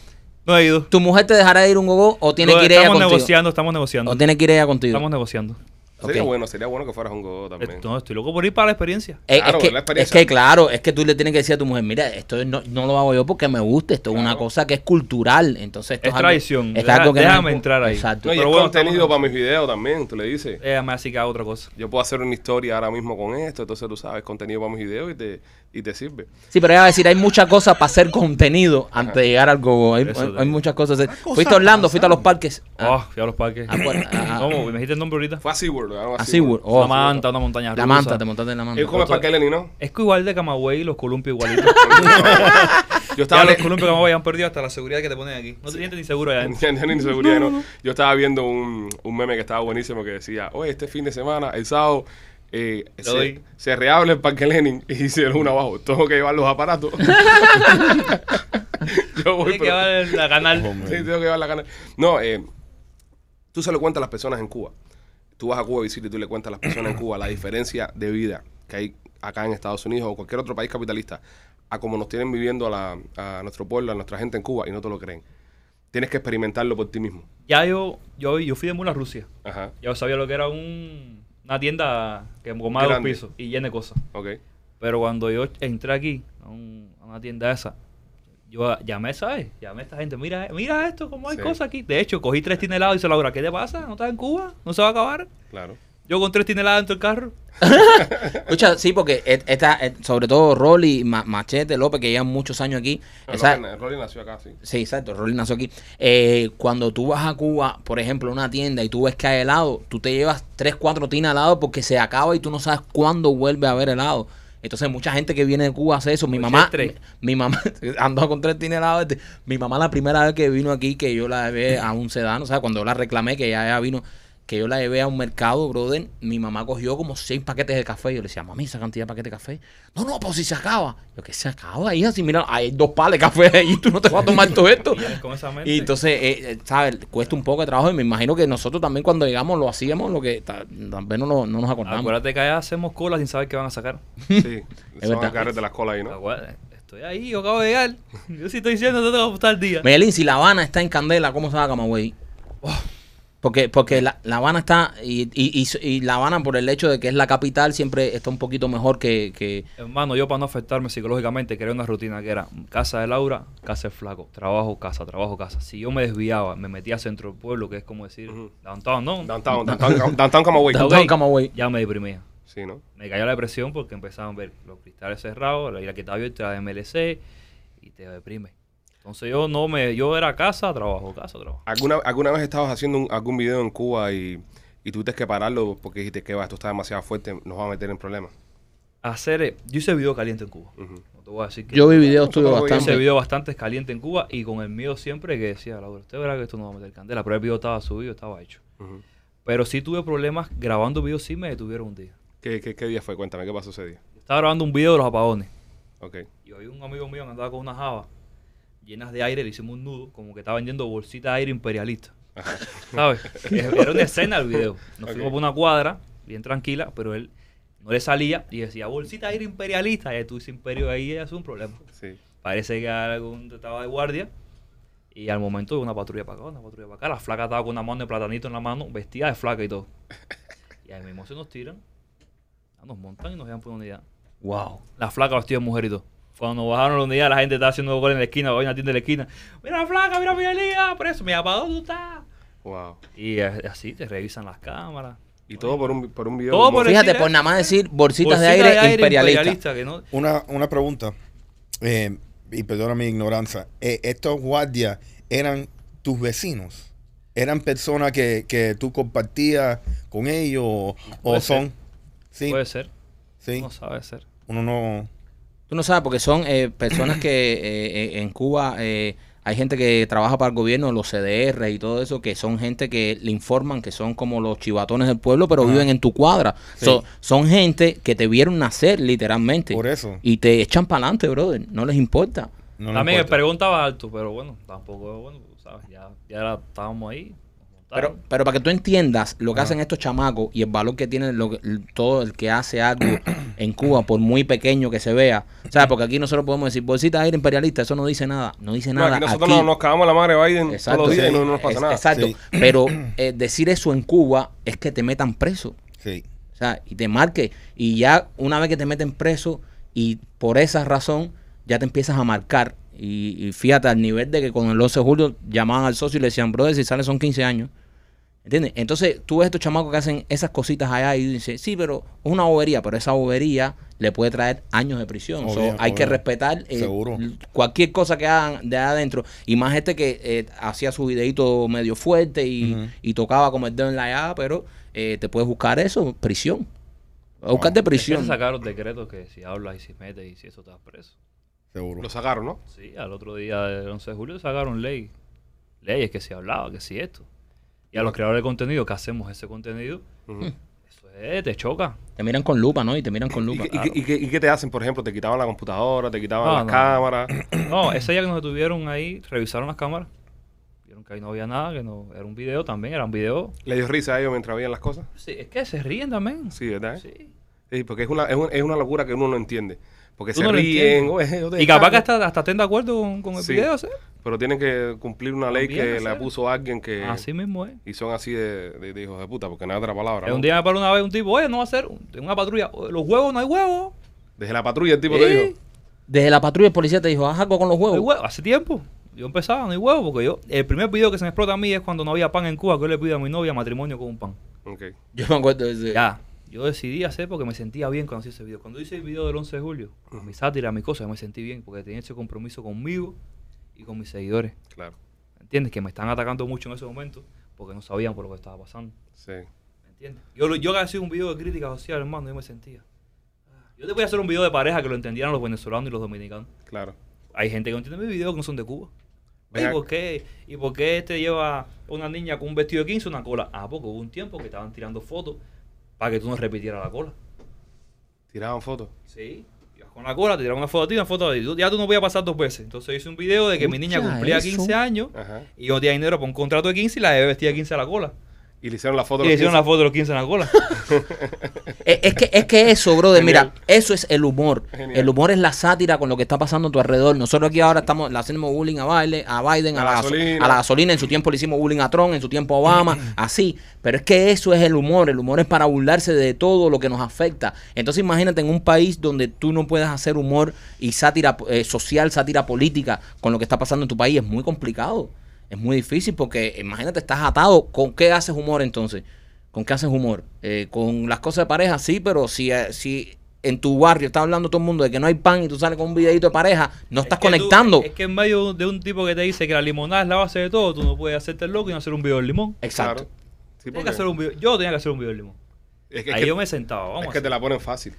Speaker 3: no he ido.
Speaker 2: ¿Tu mujer te dejará ir un gogo o tiene
Speaker 3: Lo-
Speaker 2: que ir ella
Speaker 3: estamos
Speaker 2: contigo?
Speaker 3: negociando, estamos negociando.
Speaker 2: ¿O tiene que ir ella contigo?
Speaker 3: Estamos negociando.
Speaker 1: Sería
Speaker 2: Ok.
Speaker 1: bueno, sería bueno que fueras un go también.
Speaker 3: Eh, No, estoy loco por ir para la experiencia.
Speaker 2: Eh,
Speaker 1: Claro,
Speaker 2: es,
Speaker 1: la
Speaker 2: que, es
Speaker 1: experiencia.
Speaker 2: que, claro, es que tú le tienes que decir a tu mujer, mira, esto no, no lo hago yo porque me gusta, esto es una
Speaker 1: Claro.
Speaker 2: cosa que es cultural, entonces esto
Speaker 3: Es
Speaker 2: algo-
Speaker 3: tradición.
Speaker 2: es
Speaker 3: Deja-
Speaker 2: algo que
Speaker 3: déjame
Speaker 2: impo-
Speaker 3: entrar ahí.
Speaker 2: Exacto.
Speaker 1: No, y
Speaker 3: Pero
Speaker 1: el
Speaker 3: bueno,
Speaker 1: contenido
Speaker 3: estamos-
Speaker 1: para mis videos también, tú le dices.
Speaker 3: Eh, me así que hago otra cosa.
Speaker 1: Yo puedo hacer una historia ahora mismo con esto, entonces tú sabes, contenido para mis videos y te, y te sirve.
Speaker 2: Sí, pero ella va a decir, hay muchas cosas para hacer contenido antes de llegar al gogo. Hay,
Speaker 3: Eso
Speaker 2: hay-
Speaker 3: te
Speaker 2: hay
Speaker 3: digo.
Speaker 2: muchas cosas.
Speaker 5: cosas
Speaker 2: fuiste a Orlando,
Speaker 5: pasan.
Speaker 2: fuiste a los parques. Ah,
Speaker 3: Oh, fui a los parques.
Speaker 2: Ah, bueno, ah, ah.
Speaker 3: (coughs) ¿Cómo? ¿Me dijiste el nombre ahorita?
Speaker 1: Fue a SeaWorld, ¿verdad? Algo
Speaker 2: a SeaWorld. Oh,
Speaker 3: una manta, una montaña rusa.
Speaker 2: la manta, te montaste en la manta.
Speaker 1: Él come
Speaker 3: Otro-
Speaker 1: para Lenny,
Speaker 3: (laughs)
Speaker 1: ¿no?
Speaker 3: Es que igual de Camagüey y los
Speaker 2: (laughs)
Speaker 3: columpios igualitos.
Speaker 1: Yo
Speaker 3: ya
Speaker 1: estaba le-
Speaker 3: los columpios de Camagüey han perdido hasta la seguridad que te ponen aquí. No te sientes ni seguro
Speaker 1: (laughs)
Speaker 3: ¿eh? allá.
Speaker 1: Ya ni seguridad, ¿no? Yo estaba viendo un, un meme que estaba buenísimo que decía, oye, este fin de semana, el sábado, eh, se,
Speaker 3: doy.
Speaker 1: se reabre el Parque Lenin (laughs) y hicieron uno abajo. Tengo que llevar los aparatos.
Speaker 3: (laughs)
Speaker 1: Yo voy,
Speaker 3: Tienes
Speaker 1: pero-
Speaker 3: que llevar el- la canal.
Speaker 1: Sí, tengo que llevar la gana. No, eh, tú se lo cuentas a las personas en Cuba. Tú vas a Cuba a visitar y tú le cuentas a las personas en Cuba la diferencia de vida que hay acá en Estados Unidos o cualquier otro país capitalista a como nos tienen viviendo a, la- a nuestro pueblo, a nuestra gente en Cuba y no te lo creen. Tienes que experimentarlo por ti mismo.
Speaker 3: Ya yo, yo, yo fui de Mula a Rusia.
Speaker 1: Ajá,
Speaker 3: Yo sabía lo que era un, una tienda que con más de dos
Speaker 1: Grande.
Speaker 3: pisos y llena de cosas.
Speaker 1: ok.
Speaker 3: Pero cuando yo entré aquí a, un- a una tienda esa, yo a- llamé, ¿sabes? Llamé a esta gente, mira, mira esto, cómo hay
Speaker 1: Sí.
Speaker 3: cosas aquí. De hecho, cogí tres tinelados y se Laura, ¿qué te pasa? ¿No estás en Cuba? ¿No se va a acabar?
Speaker 1: Claro.
Speaker 3: Yo con tres tineladas dentro del carro.
Speaker 2: Escucha, sí, porque et- esta, et- sobre todo Rolly, Ma- Machete, López, que llevan muchos años aquí.
Speaker 1: No,
Speaker 2: esa-
Speaker 1: Rolly- Rolly nació acá, sí.
Speaker 2: sí, exacto, Rolly nació aquí. Eh, cuando tú vas a Cuba, por ejemplo, a una tienda y tú ves que hay helado, tú te llevas tres, cuatro tinas de helado porque se acaba y tú no sabes cuándo vuelve a haber helado. Entonces, mucha gente que viene de Cuba hace eso. Mi
Speaker 3: Oye,
Speaker 2: mamá, mi,
Speaker 3: tres.
Speaker 2: mi mamá, (laughs) andaba con tres tinas de helado. este. Mi mamá, la primera vez que vino aquí, que yo la llevé a un sedano, o sea, cuando yo la reclamé, que ya, ya vino, que yo la llevé a un mercado, brother, mi mamá cogió como seis paquetes de café. Yo le decía, mami, esa cantidad de paquetes de café. No, no, pues si se acaba. Yo, que se acaba, hija? Si mira, hay dos pales de café ahí, tú no te vas a tomar todo esto.
Speaker 3: (laughs) Y con esa mente.
Speaker 2: Y entonces, eh, eh, ¿sabes? Cuesta un poco de trabajo y me imagino que nosotros también cuando llegamos lo hacíamos, lo que ta- tal vez no, lo- no nos acordamos.
Speaker 3: Acuérdate que allá hacemos colas sin saber qué van a sacar.
Speaker 1: Sí. Son
Speaker 2: verdad.
Speaker 1: agarres de las colas ahí, ¿no?
Speaker 3: Acuérdate, Estoy ahí, yo acabo de (laughs) llegar. Yo sí estoy diciendo, no te va a gustar el día.
Speaker 2: Melin, si La Habana está en candela, ¿cómo se va Camagüey? Porque, porque la, La Habana está, y, y, y- y La Habana por el hecho de que es la capital, siempre está un poquito mejor que... que
Speaker 3: Hermano, yo para no afectarme psicológicamente creé una rutina que era casa de Laura, casa de Flaco, trabajo, casa, trabajo, casa. Si yo me desviaba, me metía a centro del pueblo, que es como decir,
Speaker 1: Ujú.
Speaker 3: downtown, ¿no?
Speaker 1: Downtown, downtown, downtown Camagüey.
Speaker 2: Downtown.
Speaker 3: Ok,
Speaker 2: Camagüey.
Speaker 3: Ya me deprimía.
Speaker 1: Sí, ¿no?
Speaker 3: Me cayó la depresión porque empezaban a ver los cristales cerrados, la ira que estaba abierta de MLC y te deprime. Entonces yo no me, yo era casa, trabajo, casa, trabajo.
Speaker 1: ¿Alguna, alguna vez estabas haciendo un- algún video en Cuba y, y tuviste que pararlo porque dijiste que va, esto está demasiado fuerte, nos va a meter en problemas?
Speaker 3: Hacer, eh, yo hice video caliente en Cuba.
Speaker 1: Ujú.
Speaker 3: No te voy a decir que
Speaker 2: yo vi videos tuyos
Speaker 1: Nosotros
Speaker 3: Yo hice
Speaker 2: bastante.
Speaker 3: video bastante caliente en Cuba y con el miedo siempre que decía, Laura, usted verá que esto no va a meter candela, pero el video estaba subido, estaba hecho.
Speaker 1: Ujú.
Speaker 3: Pero sí tuve problemas grabando videos, sí me detuvieron un día.
Speaker 1: ¿Qué, qué, qué día fue? Cuéntame, ¿qué pasó ese día?
Speaker 3: Estaba grabando un video de los apagones.
Speaker 1: Ok.
Speaker 3: Y hoy un amigo mío que andaba con una java llenas de aire, le hicimos un nudo, como que estaba vendiendo bolsitas de aire imperialista. ¿Sabes? Era una escena el video. Nos
Speaker 1: Ok.
Speaker 3: fuimos por una cuadra, bien tranquila, pero él no le salía y decía, bolsita de aire imperialista, y tú dices imperio ahí es un problema.
Speaker 1: Sí.
Speaker 3: Parece que algún estaba de guardia. Y al momento una patrulla para acá, una patrulla para acá. La flaca estaba con una mano de platanito en la mano, vestida de flaca y todo. Y ahí mismo se nos tiran, ya nos montan y nos llevan por unidad.
Speaker 2: Wow.
Speaker 3: La flaca vestida de mujer y todo. Cuando nos bajaron la unidad, la gente estaba haciendo gol en la esquina, voy a una tienda de la esquina. Mira la flaca, mira mi liga, preso, mira para dónde tú estás.
Speaker 1: Wow.
Speaker 3: Y eh, así te revisan las cámaras.
Speaker 1: ¿Y Y todo por un, por un video.
Speaker 3: Todo
Speaker 1: como-
Speaker 3: por el-
Speaker 2: Fíjate,
Speaker 3: Bolsitas-
Speaker 2: por nada más decir bolsitas de aire,
Speaker 3: Bolsita
Speaker 2: imperialista.
Speaker 3: que no-
Speaker 4: Una, una pregunta, eh, y perdona mi ignorancia. Eh, ¿Estos guardias eran tus vecinos? ¿Eran personas que, que tú compartías con ellos o, o
Speaker 3: Puede ser.
Speaker 4: son? Sí,
Speaker 3: Puede ser.
Speaker 4: sí.
Speaker 3: No sabe ser.
Speaker 4: Uno no...
Speaker 2: Tú no sabes, porque son eh, personas que eh, eh, en Cuba eh, hay gente que trabaja para el gobierno, los CDR y todo eso, que son gente que le informan que son como los chivatones del pueblo, pero viven en tu cuadra.
Speaker 4: Sí.
Speaker 2: So- son gente que te vieron nacer, literalmente.
Speaker 4: Por eso.
Speaker 2: Y te echan para adelante, brother. No les importa.
Speaker 4: no le
Speaker 3: También el
Speaker 4: importa.
Speaker 3: pregón estaba alto, pero bueno, tampoco, bueno, sabes, ya, ya la- estábamos ahí. nos
Speaker 2: Pero,
Speaker 3: montaron.
Speaker 2: pero para que tú entiendas lo que
Speaker 4: Ajá.
Speaker 2: hacen estos chamacos y el valor que tiene lo que- todo el que hace
Speaker 1: (clears throat)
Speaker 2: algo en Cuba, por muy pequeño que se vea. ¿Sabes? Porque aquí nosotros podemos decir bolsita de aire imperialista, eso no dice nada. No dice
Speaker 1: No,
Speaker 2: nada.
Speaker 1: aquí nosotros
Speaker 2: Aquí-
Speaker 1: no- nos cagamos la madre de Biden todos los días y
Speaker 4: sí.
Speaker 1: no, no nos pasa
Speaker 2: Es-
Speaker 1: nada.
Speaker 2: Exacto.
Speaker 4: Sí.
Speaker 2: Pero eh, decir eso en Cuba es que te metan preso.
Speaker 4: Sí.
Speaker 2: O sea, y te marque. Y ya una vez que te meten preso y por esa razón ya te empiezas a marcar. Y, y fíjate, al nivel de que con el 11 de julio llamaban al socio y le decían, brother, si sale son 15 años. ¿Entiendes? Entonces tú ves estos chamacos que hacen esas cositas allá y dices, sí, pero es una bobería, pero esa bobería le puede traer años de prisión. So,
Speaker 4: Obvio,
Speaker 2: hay que
Speaker 4: obvio.
Speaker 2: respetar eh,
Speaker 4: Seguro.
Speaker 2: cualquier cosa que hagan de adentro. Y más este que eh, hacía su videito medio fuerte y,
Speaker 4: Ujú.
Speaker 2: y tocaba como el dedo en la llave, pero eh, te puedes buscar eso, prisión. A buscar de
Speaker 3: Es que
Speaker 2: prisión.
Speaker 3: se sacaron decretos que si hablas y si metes y si eso te das preso.
Speaker 4: Seguro.
Speaker 1: Lo sacaron, ¿no?
Speaker 3: Sí, al otro día del 11 de julio sacaron ley. Leyes que si hablaba, que si esto. Y a los creadores de contenido que hacemos ese contenido,
Speaker 1: Ujú.
Speaker 3: eso es, te choca. (clears throat)
Speaker 2: Te miran con lupa, ¿no? Y te miran con
Speaker 1: ¿Y,
Speaker 2: lupa.
Speaker 1: qué- y qué- y qué- y qué te hacen, por ejemplo? ¿Te quitaban la computadora? ¿Te quitaban
Speaker 3: No,
Speaker 1: las
Speaker 3: Ah, no.
Speaker 1: cámaras?
Speaker 3: No, ese día que nos detuvieron ahí, revisaron las cámaras. Vieron que ahí no había nada, que no era un video también, era un video.
Speaker 1: ¿Le dio risa a ellos mientras veían las cosas?
Speaker 3: Sí, es que se ríen también.
Speaker 1: Sí, ¿verdad?
Speaker 3: Sí.
Speaker 1: Sí, porque es una, es, un- es una locura que uno no entiende. Porque
Speaker 3: Tú
Speaker 1: se
Speaker 3: no lo
Speaker 1: ríen.
Speaker 3: entiendes.
Speaker 1: "Oye, yo te
Speaker 3: Y capaz que
Speaker 1: cargo".
Speaker 3: hasta, hasta estén de acuerdo con, con el
Speaker 1: Sí.
Speaker 3: video, ¿sí?
Speaker 1: Pero tienen que cumplir una ley
Speaker 3: También Ah,
Speaker 1: que
Speaker 3: hacer.
Speaker 1: la puso alguien que...
Speaker 3: Así mismo es.
Speaker 1: Y son así de, de- de hijos de puta, porque no hay otra palabra.
Speaker 3: Eh,
Speaker 1: ¿no?
Speaker 3: Un día me paró una vez un tipo, oye, no va a ser un- en una patrulla, "Oye, los huevos no hay huevos.
Speaker 1: Desde la patrulla el tipo te
Speaker 3: Sí.
Speaker 1: dijo.
Speaker 2: Desde la patrulla el policía te dijo, haz algo con los
Speaker 3: No hay
Speaker 2: huevos.
Speaker 3: huevos. Hace tiempo. Yo empezaba, no hay huevos, porque yo, el primer video que se me explota a mí es cuando no había pan en Cuba, que yo le pido a mi novia matrimonio con un pan.
Speaker 1: Ok.
Speaker 2: Yo me acuerdo de ese.
Speaker 3: Ya. Yo decidí hacer porque me sentía bien cuando hice ese video. Cuando hice el video del 11 de julio, con mi sátira, mis cosas, yo me sentí bien porque tenía ese compromiso conmigo y con mis seguidores.
Speaker 1: Claro.
Speaker 3: ¿Me ¿Entiendes? Que me están atacando mucho en ese momento porque no sabían por lo que estaba pasando.
Speaker 1: Sí.
Speaker 3: ¿Me entiendes? Yo, lo- yo que hacía un video de crítica social, hermano, yo me sentía. Yo te voy a hacer un video de pareja que lo entendieran los venezolanos y los dominicanos.
Speaker 1: Claro.
Speaker 3: Hay gente que no entiende mis videos que no son de Cuba.
Speaker 1: Ven
Speaker 3: ¿Y
Speaker 1: acá.
Speaker 3: por qué? ¿Y por qué este lleva una niña con un vestido de 15 una cola? Ah, porque hubo un tiempo que estaban tirando fotos para que tú no repitieras la cola.
Speaker 1: Tiraban fotos.
Speaker 3: Sí. Ibas Con la cola, te tiraron una foto a ti, una foto a ti. Tú- Ya tú no podías pasar dos veces. Entonces hice un video de que mi niña
Speaker 2: Escucha
Speaker 3: cumplía
Speaker 2: eso.
Speaker 3: 15 años
Speaker 1: Ajá.
Speaker 3: y yo tenía dinero para un contrato de 15 y la debía vestida de 15 a la cola.
Speaker 1: Y le hicieron la foto. a
Speaker 3: Y
Speaker 1: los
Speaker 3: le hicieron
Speaker 1: 15.
Speaker 3: la foto de los 15 en la cola.
Speaker 2: Eh, Es, que, es que eso, brother,
Speaker 1: Genial.
Speaker 2: mira, eso es el humor.
Speaker 1: Genial.
Speaker 2: El humor es la sátira con lo que está pasando a tu alrededor. Nosotros aquí ahora estamos, le hacemos bullying a Biden, a Biden, a,
Speaker 1: A
Speaker 2: la,
Speaker 1: la
Speaker 2: gaso-
Speaker 1: gasolina.
Speaker 2: a la gasolina. En su tiempo le hicimos bullying a Trump, en su tiempo a Obama,
Speaker 3: Mm.
Speaker 2: así. Pero es que eso es el humor. El humor es para burlarse de todo lo que nos afecta. Entonces imagínate en un país donde tú no puedes hacer humor y sátira eh, social, sátira política con lo que está pasando en tu país. Es muy complicado. Es muy difícil porque imagínate, estás atado. ¿Con qué haces humor entonces? ¿Con qué haces humor? Eh, con las cosas de pareja, sí, pero si, eh, si en tu barrio está hablando todo el mundo de que no hay pan y tú sales con un videito de pareja, no estás
Speaker 3: Es que tú-
Speaker 2: conectando.
Speaker 3: es que en medio de un tipo que te dice que la limonada es la base de todo, tú no puedes hacerte el loco y no hacer un video del limón.
Speaker 2: Exacto.
Speaker 1: Claro. Sí,
Speaker 3: Tienes
Speaker 1: porque
Speaker 3: que hacer un video. Yo tenía que hacer un video del limón.
Speaker 1: es que, es
Speaker 3: Ahí
Speaker 1: que-
Speaker 3: yo me sentaba, vamos.
Speaker 1: es
Speaker 3: a
Speaker 1: que te
Speaker 3: hacer-
Speaker 1: la ponen fácil.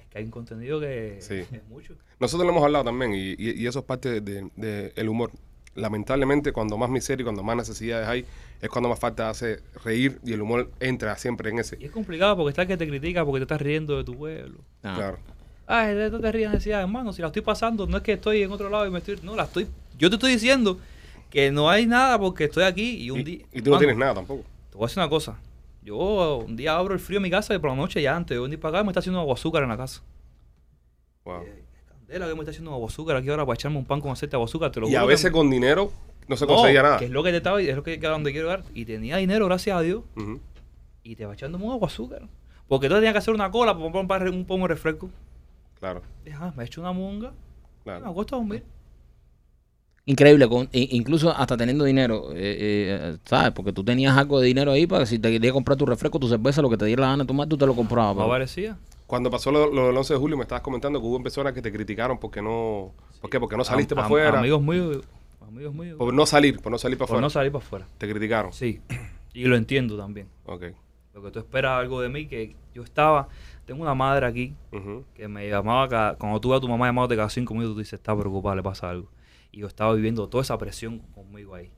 Speaker 3: Es que hay un contenido que
Speaker 1: Sí.
Speaker 3: (laughs) es mucho.
Speaker 1: Nosotros lo hemos hablado también y, y- y eso es parte del de, el humor. Lamentablemente, cuando más miseria y cuando más necesidades hay, es cuando más falta hace reír y el humor entra siempre en
Speaker 3: Y
Speaker 1: ese.
Speaker 3: es complicado porque está el que te critica porque te estás riendo de tu pueblo.
Speaker 2: Ah.
Speaker 1: Claro.
Speaker 3: Ay, de- no te rías, decía, hermano, si la estoy pasando, no es que estoy en otro lado y me estoy. No, la estoy. Yo te estoy diciendo que no hay nada porque estoy aquí y un día.
Speaker 1: Y, y tú no
Speaker 3: Mano,
Speaker 1: tienes nada tampoco.
Speaker 3: Te voy a decir una cosa. Yo un día abro el frío en mi casa y por la noche ya antes de venir para acá me está haciendo aguazúcar en la casa.
Speaker 1: Wow.
Speaker 3: Candela, que me está haciendo aguazúcar aquí ahora para echarme un pan con aceite de aguazúcar, te lo
Speaker 1: Y a
Speaker 3: juro que-
Speaker 1: veces con dinero no se
Speaker 3: No,
Speaker 1: conseguía nada.
Speaker 3: Que es lo que te estaba, es lo que, que a donde quiero llegar. Y tenía dinero, gracias a Dios,
Speaker 1: Ujú.
Speaker 3: y te va echando un aguazúcar. Porque entonces tenía que hacer una cola para comprar un, par- un pomo de refresco.
Speaker 1: Claro,
Speaker 3: Dije, ah, me he hecho una munga, me
Speaker 1: claro.
Speaker 3: acuesto a dormir.
Speaker 2: Increíble, con, i- incluso hasta teniendo dinero, eh, eh, ¿sabes? Porque tú tenías algo de dinero ahí para que si te querías comprar tu refresco, tu cerveza, lo que te diera la gana de tomar, tú te lo comprabas.
Speaker 3: No
Speaker 2: pero-
Speaker 3: aparecía.
Speaker 1: Cuando pasó lo, lo del 11 de julio, me estabas comentando que hubo personas que te criticaron porque no. ¿Por qué? Porque no saliste
Speaker 3: Am-
Speaker 1: para
Speaker 3: am-
Speaker 1: afuera.
Speaker 3: Amigos muy. Amigos muy.
Speaker 1: Por no salir, por no salir para
Speaker 3: por
Speaker 1: afuera.
Speaker 3: no salir para afuera.
Speaker 1: Te criticaron.
Speaker 3: Sí. Y lo entiendo también.
Speaker 1: Ok.
Speaker 3: Lo que tú esperas algo de mí, que yo estaba. Tengo una madre aquí
Speaker 1: Ujú.
Speaker 3: que me llamaba cada, cuando tú ves a tu mamá llamándote cada cinco minutos, tú dices, está preocupada, le pasa algo. Y yo estaba viviendo toda esa presión conmigo ahí.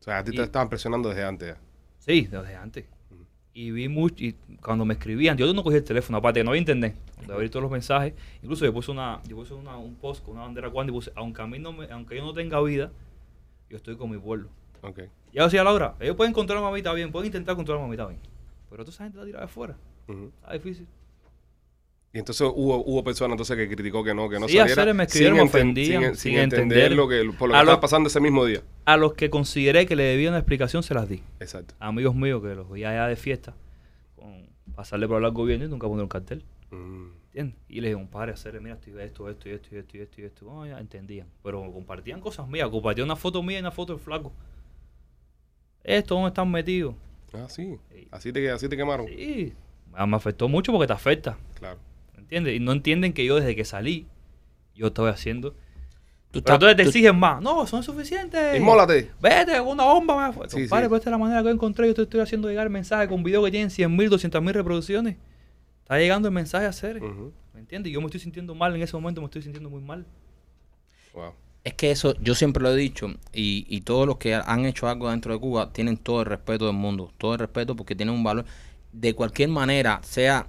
Speaker 1: O sea, a ti
Speaker 3: Y-
Speaker 1: te estaban presionando desde antes ya.
Speaker 3: Sí, desde antes.
Speaker 1: Ujú.
Speaker 3: Y vi mucho, y cuando me escribían, yo no cogí el teléfono, aparte que no había internet, de abrir todos los mensajes. Incluso yo puse, una, yo puse una- un post con una bandera cuando y puse, aunque, a mí no me- aunque yo no tenga vida, yo estoy con mi pueblo.
Speaker 1: Ok.
Speaker 3: Ya decía Laura, ellos pueden controlar a mamita bien, pueden intentar controlar a mamita bien. Pero toda esa gente la tirada afuera.
Speaker 1: Ujú.
Speaker 3: Está difícil.
Speaker 1: Y entonces hubo, hubo personas entonces que criticó que no, que no
Speaker 3: Sí,
Speaker 1: saliera.
Speaker 3: hacer, me escribieron, me
Speaker 1: enten-
Speaker 3: ofendían,
Speaker 1: sin- sin
Speaker 3: sin
Speaker 1: entender
Speaker 3: entender.
Speaker 1: lo que, por lo
Speaker 3: A
Speaker 1: que
Speaker 3: lo-
Speaker 1: estaba pasando ese mismo día.
Speaker 3: A los que consideré que le debía una explicación, se las di.
Speaker 1: Exacto.
Speaker 3: amigos míos que los veía allá de fiesta, con pasarle por hablar al gobierno y nunca poner un cartel.
Speaker 1: Mm.
Speaker 3: ¿Entiendes? Y les dije, compadre, hacerle, mira, estoy esto, esto, y esto, y esto, y esto, y esto. Bueno, ya entendían. Pero compartían cosas mías, compartían una foto mía y una foto del flaco. Esto, ¿dónde están metidos?
Speaker 1: Ah, sí.
Speaker 3: Sí.
Speaker 1: Así te, así te quemaron.
Speaker 3: Sí, Ah, me afectó mucho porque te afecta.
Speaker 1: Claro.
Speaker 3: ¿Entiendes? Y no entienden que yo desde que salí, yo estoy haciendo.
Speaker 2: Tú
Speaker 3: Pero
Speaker 2: estás-
Speaker 3: entonces te
Speaker 2: tú-
Speaker 3: exigen más. No, son suficientes.
Speaker 1: Inmólate.
Speaker 3: Vete, con una bomba. Me...
Speaker 1: Sí,
Speaker 3: compadre,
Speaker 1: sí.
Speaker 3: pues esta es la manera que yo encontré. Yo te estoy haciendo llegar el mensaje con videos que tienen 100.000, 200.000 reproducciones. Está llegando el mensaje a seres.
Speaker 1: Ujú.
Speaker 3: ¿Me entiendes? Y Yo me estoy sintiendo mal en ese momento, me estoy sintiendo muy mal.
Speaker 1: Wow.
Speaker 2: Es que eso, yo siempre lo he dicho, y, y todos los que han hecho algo dentro de Cuba tienen todo el respeto del mundo, todo el respeto porque tienen un valor. De cualquier manera, sea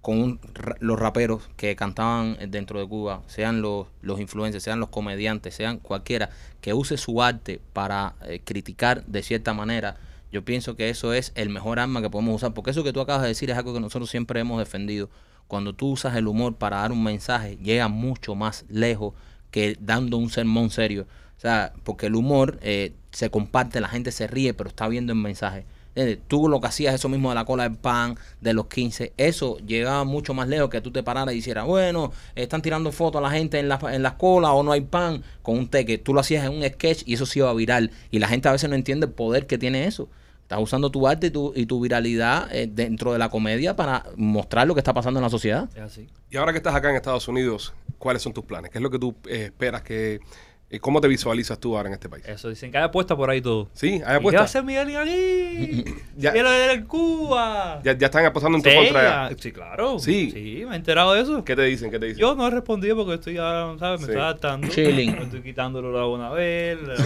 Speaker 2: con un ra- los raperos que cantaban dentro de Cuba, sean los, los influencers, sean los comediantes, sean cualquiera que use su arte para eh, criticar de cierta manera, yo pienso que eso es el mejor arma que podemos usar, porque eso que tú acabas de decir es algo que nosotros siempre hemos defendido. Cuando tú usas el humor para dar un mensaje, llega mucho más lejos que dando un sermón serio. O sea, porque el humor eh, se comparte, la gente se ríe, pero está viendo el mensaje. ¿Entiendes? Eh, Tú lo que hacías, eso mismo de la cola del pan, de los 15, eso llegaba mucho más lejos que tú te pararas y dijeras, bueno, están tirando fotos a la gente en las en las colas o no hay pan, con un teque. Tú lo hacías en un sketch y eso se iba viral. Y la gente a veces no entiende el poder que tiene eso. Estás usando tu arte y tu, y tu viralidad eh, dentro de la comedia para mostrar lo que está pasando en la sociedad.
Speaker 3: Es así.
Speaker 1: Y ahora que estás acá en Estados Unidos, ¿cuáles son tus planes? ¿Qué es lo que tú eh, esperas? que eh, ¿Cómo te visualizas tú ahora en este país?
Speaker 3: Eso dicen que hay apuesta por ahí todo.
Speaker 1: ¿Sí? ¿Hay
Speaker 3: ¿Y ¿Qué va a
Speaker 1: apuestas?
Speaker 3: hacer Miguel aquí?
Speaker 1: Ya-
Speaker 3: ¡Quiero ver el Cuba!
Speaker 1: Ya, ya están apostando en tu
Speaker 3: Sí,
Speaker 1: contra. ya.
Speaker 3: ya- sí, claro.
Speaker 1: Sí.
Speaker 3: me he enterado de eso.
Speaker 1: ¿Qué te dicen? ¿Qué te dicen?
Speaker 3: Yo no he respondido porque estoy ahora, ¿sabes? Me
Speaker 1: Sí.
Speaker 3: estoy adaptando.
Speaker 2: Chilling.
Speaker 3: Me estoy quitando el olor a Bonabel, la-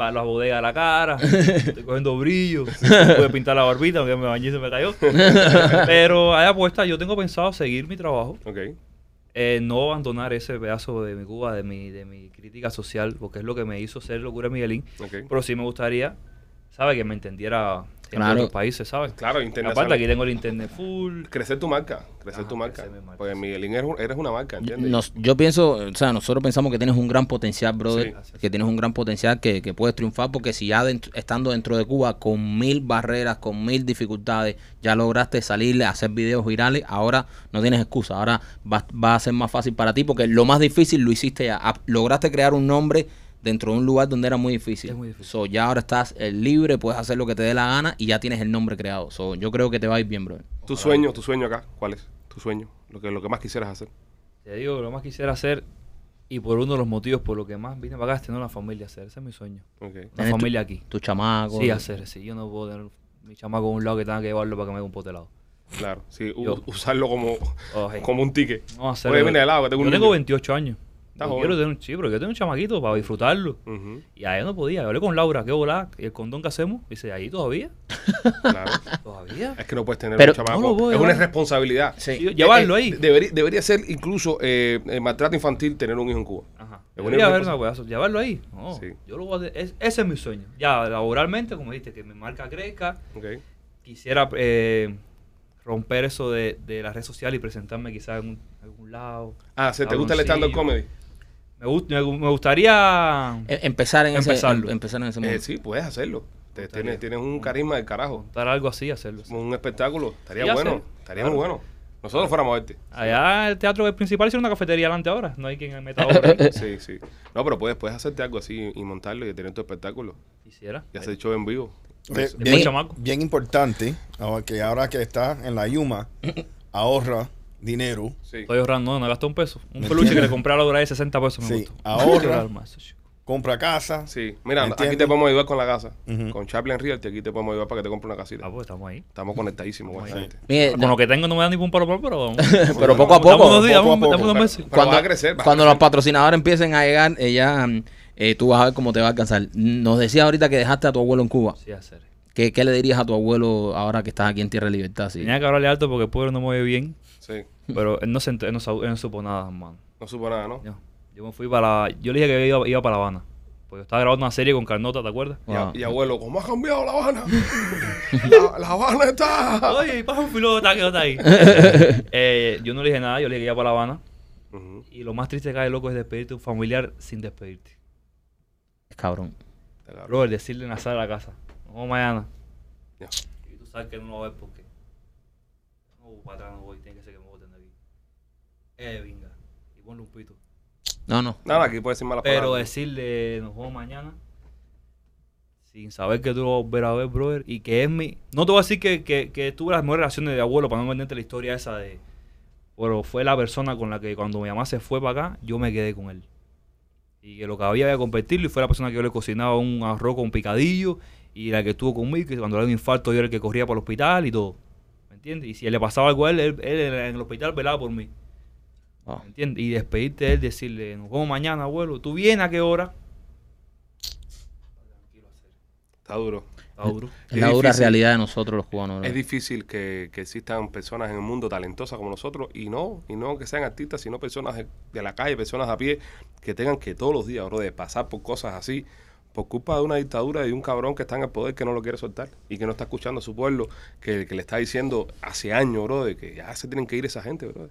Speaker 3: la- las bodegas de
Speaker 2: (laughs)
Speaker 3: la cara, estoy cogiendo brillo. No Pude pintar la barbita, aunque me bañé y se me cayó. Pero hay apuesta, yo tengo pensado seguir mi trabajo,
Speaker 1: Ok.
Speaker 3: eh, no abandonar ese pedazo de mi Cuba, de mi, de mi crítica social, porque es lo que me hizo ser locura Miguelín.
Speaker 1: Ok.
Speaker 3: Pero sí me gustaría, ¿sabes? Que me entendiera en
Speaker 2: Claro.
Speaker 3: otros países, ¿sabes?
Speaker 1: Claro,
Speaker 3: Aparte, aquí
Speaker 1: internacional.
Speaker 3: tengo el internet full.
Speaker 1: Crecer tu marca. Crecer
Speaker 3: Ajá,
Speaker 1: tu marca.
Speaker 3: crecer mi marca,
Speaker 1: Porque
Speaker 3: sí.
Speaker 1: Miguelín eres, un- eres una marca, ¿entiendes?
Speaker 2: Nos- yo pienso, o sea, nosotros pensamos que tienes un gran potencial, brother,
Speaker 1: Sí.
Speaker 3: Gracias.
Speaker 2: que tienes un gran potencial que, que puedes triunfar, porque si ya dentro- estando dentro de Cuba con mil barreras, con mil dificultades, ya lograste salir, hacer videos virales, ahora no tienes excusa, ahora va, va a ser más fácil para ti, porque lo más difícil lo hiciste ya, Ah, lograste crear un nombre dentro de un lugar donde era muy difícil.
Speaker 3: Es muy difícil.
Speaker 2: So, ya ahora estás eh, libre, puedes hacer lo que te dé la gana y ya tienes el nombre creado. So, yo creo que te va a ir bien, brother.
Speaker 1: Tu sueño, tu sueño acá. ¿Cuál es? Tu sueño. Lo que, lo que más quisieras hacer.
Speaker 3: Te digo, lo más quisiera hacer, y por uno de los motivos por lo que más vine para acá, es tener una familia, hacer. Ese es mi sueño.
Speaker 1: Ok.
Speaker 3: Una
Speaker 2: Tener tu-
Speaker 3: familia aquí.
Speaker 2: Tu chamaco.
Speaker 3: Sí, hacer, sí. Yo no puedo tener mi chamaco a un lado que tenga que llevarlo para que me haga un pote de helado.
Speaker 1: Claro. Sí, u-
Speaker 3: Yo-
Speaker 1: usarlo como,
Speaker 3: Oye,
Speaker 1: como un ticket.
Speaker 3: no hacer.
Speaker 1: Oye, viene de lado, que tengo
Speaker 3: Yo
Speaker 1: un
Speaker 3: tengo
Speaker 1: niño.
Speaker 3: 28 años.
Speaker 1: Está
Speaker 3: Yo
Speaker 1: joven.
Speaker 3: quiero tener un sí, pero yo tengo un chamaquito para disfrutarlo.
Speaker 1: Ujú,
Speaker 3: Y ahí no podía. Yo hablé con Laura, qué volá, y el condón que hacemos. Dice, ahí todavía.
Speaker 1: Claro. (laughs)
Speaker 3: Todavía.
Speaker 1: Es que no puedes tener
Speaker 2: Pero-
Speaker 1: un chamaco.
Speaker 3: No lo puedo
Speaker 1: es una
Speaker 3: llevar.
Speaker 1: irresponsabilidad.
Speaker 2: Sí.
Speaker 3: Sí, llevarlo
Speaker 1: Eh, eh,
Speaker 3: ahí.
Speaker 1: debería, debería ser incluso eh, eh, maltrato infantil tener un hijo en Cuba.
Speaker 3: Ajá.
Speaker 1: Es
Speaker 3: Yo
Speaker 1: buena
Speaker 3: quería
Speaker 1: idea,
Speaker 3: ver
Speaker 1: pues.
Speaker 3: una pedazo, llevarlo ahí. No,
Speaker 1: Sí.
Speaker 3: yo lo voy a hacer. Es- ese es mi sueño. Ya laboralmente, como dijiste, que mi marca crezca.
Speaker 1: Ok.
Speaker 3: Quisiera eh, romper eso de, de las redes sociales y presentarme quizás en un- algún lado.
Speaker 1: Ah, ¿se te gusta el
Speaker 3: Tabloncillo.
Speaker 1: stand-up comedy?
Speaker 3: Me, gust- me gu- me gustaría
Speaker 2: Em- Empezar en, ese,
Speaker 3: Empezarlo.
Speaker 2: em- empezar en ese mundo.
Speaker 1: Eh, sí, puedes hacerlo. Te-
Speaker 3: Gustaría.
Speaker 1: tienes, tienes un carisma del carajo.
Speaker 3: montar algo así, hacerlo. así.
Speaker 1: Un espectáculo. Estaría
Speaker 3: Sí,
Speaker 1: bueno.
Speaker 3: hacer.
Speaker 1: Estaría
Speaker 3: Claro.
Speaker 1: muy bueno. Nosotros fuéramos este. a verte.
Speaker 3: Allá el teatro principal es una cafetería adelante ahora. No hay quien meta
Speaker 1: (laughs)
Speaker 3: oro ahí.
Speaker 1: Sí, sí. No, pero puedes, puedes hacerte algo así y montarlo y tener tu espectáculo.
Speaker 3: Quisiera.
Speaker 1: Y hacer show en vivo.
Speaker 4: Oye,
Speaker 1: Eso.
Speaker 3: Bien,
Speaker 4: bien,
Speaker 3: chamaco.
Speaker 4: bien importante, ahora que ahora que estás en
Speaker 3: (laughs)
Speaker 4: la Yuma, ahorra dinero.
Speaker 1: Sí.
Speaker 3: Estoy ahorrando, no, no gastó un peso. Un
Speaker 4: ¿Me
Speaker 3: peluche que
Speaker 4: entiendes?
Speaker 3: le compré a la hora de 60 pesos me
Speaker 4: Sí,
Speaker 3: gustó.
Speaker 4: ahorra.
Speaker 3: Quiero dar más, chico.
Speaker 4: Compra casa.
Speaker 1: Sí. Mira, aquí
Speaker 4: ¿Entiendes?
Speaker 1: te podemos ayudar con la casa.
Speaker 4: Ujú.
Speaker 1: Con Chaplin Realty aquí te podemos ayudar para que te compre una casita.
Speaker 3: Ah, pues estamos ahí.
Speaker 1: Estamos conectadísimos con esa
Speaker 4: Sí.
Speaker 1: gente.
Speaker 2: Mire,
Speaker 3: Con lo que tengo no me dan ni un palo por, pero vamos.
Speaker 2: (laughs) pero poco a
Speaker 3: Dame
Speaker 2: poco.
Speaker 3: unos días,
Speaker 4: poco
Speaker 3: dame
Speaker 4: a
Speaker 3: un-
Speaker 4: poco.
Speaker 3: dame unos
Speaker 1: Pero-
Speaker 3: meses.
Speaker 1: pero
Speaker 2: cuando,
Speaker 1: va a crecer, va a
Speaker 2: cuando
Speaker 1: crecer.
Speaker 2: los patrocinadores empiecen a llegar, ella, mm, eh, tú vas a ver cómo te va a alcanzar. Nos decías ahorita que dejaste a tu abuelo en Cuba.
Speaker 3: Sí, hacer.
Speaker 2: ¿Qué, qué le dirías a tu abuelo ahora que estás aquí en Tierra de Libertad? Sí.
Speaker 3: Tenía que hablarle alto porque el pueblo no mueve bien.
Speaker 1: Sí.
Speaker 3: Pero él no, se ent- él no, sab- él no supo nada, hermano.
Speaker 1: No supo nada, ¿no?
Speaker 3: Yo, yo me fui para. Yo le dije que iba, iba para La Habana. Porque yo estaba grabando una serie con Carnota, ¿te acuerdas?
Speaker 1: Y, a-
Speaker 2: Wow.
Speaker 1: y abuelo, ¿cómo ha cambiado La Habana? la, la Habana está.
Speaker 3: Oye, pasa un pilota que está ahí. (laughs) Eh, yo no le dije nada, yo le dije que iba para La Habana.
Speaker 1: Ujú.
Speaker 3: Y lo más triste que hay, loco, es despedirte de un familiar sin despedirte.
Speaker 2: Cabrón.
Speaker 1: Te la-
Speaker 3: Bro, el decirle en la sala de la casa, nos vemos mañana.
Speaker 1: Ya.
Speaker 3: Y tú sabes que no lo va a ver porque. No, para atrás no voy, tiene que ser que me boten de aquí. Eh, venga. Y ponle un pito.
Speaker 2: No, no.
Speaker 1: Nada, aquí puedes decir malas
Speaker 3: Pero
Speaker 1: palabras.
Speaker 3: decirle, nos vemos mañana, sin saber que tú lo vas a volver a ver, brother, y que es mi... No te voy a decir que, que, que tuve las mejores relaciones de abuelo, para no venderte la historia esa de... Pero fue la persona con la que cuando mi mamá se fue para acá, yo me quedé con él. Y que lo que había era competirlo, y fue la persona que yo le cocinaba un arroz con picadillo, y la que estuvo conmigo, que cuando le dio un infarto yo era el que corría para el hospital y todo. ¿Me entiendes? Y si le pasaba algo a él, él, él en el hospital velaba por mí.
Speaker 2: Wow.
Speaker 3: ¿Me entiendes? Y despedirte de él, decirle, nos vemos mañana, abuelo. ¿Tú vienes a qué hora?
Speaker 1: Está duro.
Speaker 3: Está duro.
Speaker 2: Es
Speaker 1: Es
Speaker 2: la dura
Speaker 1: difícil.
Speaker 2: realidad de nosotros los cubanos. bro.
Speaker 1: Es difícil que, que existan personas en el mundo talentosas como nosotros y no, y no que sean artistas, sino personas de, de la calle, personas a pie, que tengan que todos los días, bro, de pasar por cosas así, por culpa de una dictadura y de un cabrón que está en el poder que no lo quiere soltar y que no está escuchando a su pueblo, que, que le está diciendo hace años, bro, de que ya se tienen que ir esa gente, bro.
Speaker 3: Es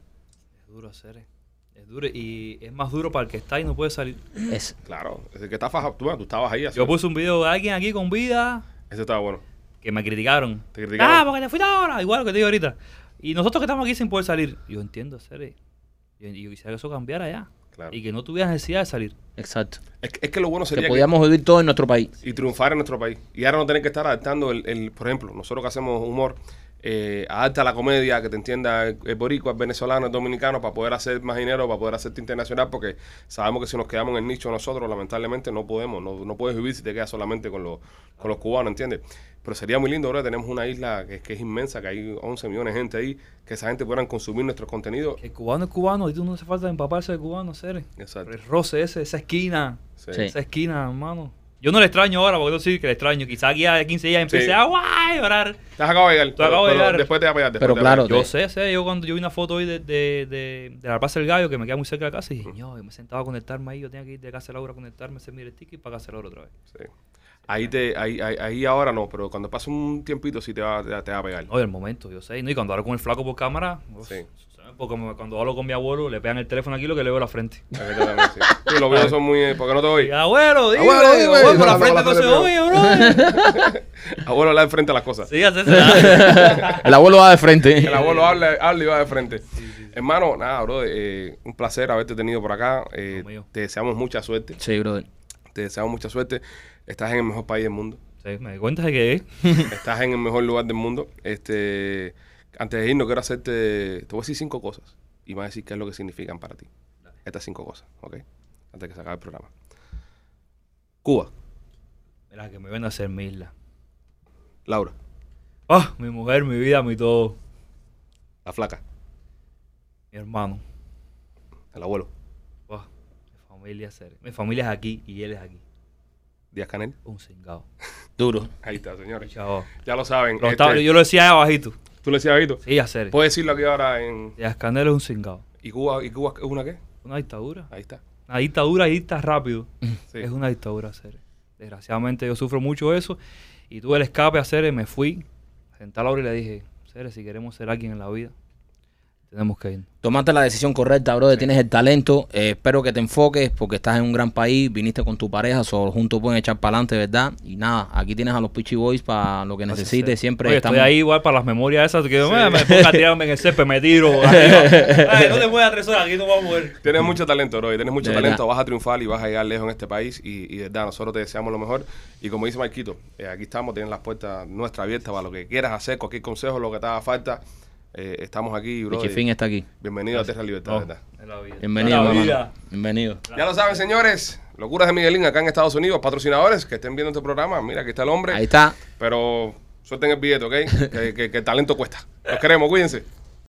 Speaker 3: duro hacer, eh. es duro. Y es más duro para el que está y no puede salir.
Speaker 2: Es-
Speaker 1: Claro, es el que está fajado, tú, bueno, tú estabas ahí, así.
Speaker 3: Yo puse un video de alguien aquí con vida
Speaker 1: Ese estaba bueno.
Speaker 3: que me criticaron.
Speaker 1: Te criticaron.
Speaker 3: Ah, porque te fuiste ahora. Igual lo que te digo ahorita. Y nosotros que estamos aquí sin poder salir. Yo entiendo, Cere. Yo, yo quisiera que eso cambiara ya.
Speaker 1: Claro.
Speaker 3: Y que no tuvieras necesidad de salir.
Speaker 2: exacto.
Speaker 1: Es, que- es que lo bueno
Speaker 2: Que
Speaker 1: sería que-
Speaker 2: podíamos vivir todo en nuestro
Speaker 1: (laughs)
Speaker 2: país.
Speaker 1: y triunfar en nuestro país. Y ahora no tener que estar adaptando, el, el- por ejemplo, nosotros que hacemos humor, eh, adapta la comedia, que te entienda el, el boricua, el venezolano, el dominicano, para poder hacer más dinero, para poder hacerte internacional, porque sabemos que si nos quedamos en el nicho nosotros, lamentablemente no podemos, no, no puedes vivir si te quedas solamente con los, con los cubanos, ¿entiendes? Pero sería muy lindo, ahora tenemos una isla que, es- que es inmensa, que hay 11 millones de gente ahí, que esa gente puedan consumir nuestros contenidos.
Speaker 3: Que el cubano es cubano. Y tú no hace falta empaparse de cubano, Cere.
Speaker 1: Exacto.
Speaker 3: El roce ese, esa esquina.
Speaker 1: Sí.
Speaker 2: Sí.
Speaker 1: Sí.
Speaker 3: Esa esquina, hermano. Yo no le extraño ahora, porque yo sí que le extraño. Quizás aquí a 15 días empiece
Speaker 1: Sí.
Speaker 3: a guay, llorar.
Speaker 1: Te has acabado de llegar.
Speaker 3: Te acabo de
Speaker 1: pero- pero
Speaker 3: llegar.
Speaker 1: Después te voy a pegar. después
Speaker 2: Pero
Speaker 1: te voy a pegar.
Speaker 2: claro,
Speaker 3: Yo
Speaker 2: te-
Speaker 3: sé, sé, yo cuando yo vi una foto hoy de, de, de, de la Plaza del Gallo, que me queda muy cerca de la casa, y dije, yo, yo me sentaba a conectarme ahí, yo tenía que ir de casa a la hora a conectarme, hacerme el ticket y para casa a la hora otra vez.
Speaker 1: Sí. Ahí, te, ahí, ahí, ahí ahora no, pero cuando pase un tiempito sí te va, te, te va a pegar.
Speaker 3: No, el momento, yo sé. No, y cuando hablo con el flaco por cámara, uf,
Speaker 1: Sí.
Speaker 3: ¿sabes? porque me- cuando hablo con mi abuelo, le pegan el teléfono aquí lo que le veo la frente.
Speaker 1: La gente también, sí. Sí, los videos son muy... eh, ¿Por qué no te
Speaker 3: Y,
Speaker 1: voy?
Speaker 3: abuelo, dime,
Speaker 1: Abuelo,
Speaker 3: abuelo,
Speaker 1: dime.
Speaker 3: por la
Speaker 1: Hablando
Speaker 3: frente,
Speaker 1: con la
Speaker 3: entonces, oye,
Speaker 1: frente, (laughs)
Speaker 3: bro.
Speaker 1: Abuelo habla de frente a las cosas.
Speaker 3: sí, así será.
Speaker 2: El abuelo va de frente.
Speaker 1: El abuelo habla, habla y va de frente. Hermano, nada, bro, eh, un placer haberte tenido por acá. Eh,
Speaker 3: Lo mío.
Speaker 1: te deseamos mucha suerte.
Speaker 2: Sí, brother.
Speaker 1: Te deseamos mucha suerte. Estás en el mejor país del mundo.
Speaker 3: Sí, me di cuenta de que eh,
Speaker 1: Estás en el mejor lugar del mundo. Este, antes de irnos, quiero hacerte. Te voy a decir cinco cosas y me vas a decir qué es lo que significan para ti. Estas cinco cosas, ¿ok? Antes que se acabe el programa. Cuba,
Speaker 3: mira, que me ven a hacer mi isla.
Speaker 1: Laura,
Speaker 3: Ah, mi mujer, mi vida, mi todo.
Speaker 1: la flaca,
Speaker 3: Mi hermano.
Speaker 1: el abuelo,
Speaker 3: Ah, mi familia, ser. Mi familia es aquí y él es aquí.
Speaker 1: Díaz Canel.
Speaker 3: Un cingado.
Speaker 2: Duro.
Speaker 1: Ahí está, señores.
Speaker 3: Chao.
Speaker 1: Ya lo saben.
Speaker 3: Lo
Speaker 1: este,
Speaker 3: estaba- yo lo decía ahí abajito.
Speaker 1: Tú le decías, Vito.
Speaker 3: Sí, hacer.
Speaker 1: Puedes decirlo aquí ahora en.
Speaker 3: Díaz Canel es un cingado.
Speaker 1: ¿Y Cuba, y Cuba es una qué?
Speaker 3: Una dictadura.
Speaker 1: Ahí está.
Speaker 3: Una dictadura ahí está rápido.
Speaker 1: Sí.
Speaker 3: Es una dictadura, hacer. Desgraciadamente yo sufro mucho eso. Y tuve el escape, hacer. Me fui. Senté a Laura y le dije, Cere, si queremos ser alguien en la vida, Tenemos que ir.
Speaker 2: Tomaste la decisión correcta, brother. Tienes el talento. Eh, espero que te enfoques porque estás en un gran país. Viniste con tu pareja. solo juntos pueden echar para adelante, ¿verdad? Y nada, aquí tienes a los Pitchy Boys para lo que necesites. Siempre
Speaker 3: Oye,
Speaker 2: estamos-
Speaker 3: estoy ahí igual para las memorias esas. Que me, me pongo a tirarme en el césped, me tiro. arriba.
Speaker 2: (laughs)
Speaker 3: Ay, no te muevas tres horas, aquí no vamos a mover.
Speaker 1: Tienes mucho talento, Roy. Tienes mucho
Speaker 2: De verdad.
Speaker 1: talento. Vas a triunfar y vas a llegar lejos en este país. Y, y de verdad, nosotros te deseamos lo mejor. Y como dice Marquito, eh, aquí estamos. Tienes las puertas nuestras abiertas para lo que quieras hacer, cualquier consejo, lo que te haga falta. Eh, estamos aquí, bro.
Speaker 2: Pitchy Fin está aquí.
Speaker 1: Bienvenido a Tierra de Libertad,
Speaker 3: Oh,
Speaker 1: de verdad.
Speaker 3: en la vida.
Speaker 2: Bienvenido,
Speaker 3: En la
Speaker 2: hermano.
Speaker 3: vida.
Speaker 2: Bienvenido.
Speaker 1: Ya lo saben, señores. Locuras de Miguelín acá en Estados Unidos. Patrocinadores que estén viendo este programa. Mira, aquí está el hombre.
Speaker 2: Ahí está.
Speaker 1: (laughs) Pero suelten el billete, ¿ok? que, que- que el talento cuesta. Los queremos, cuídense.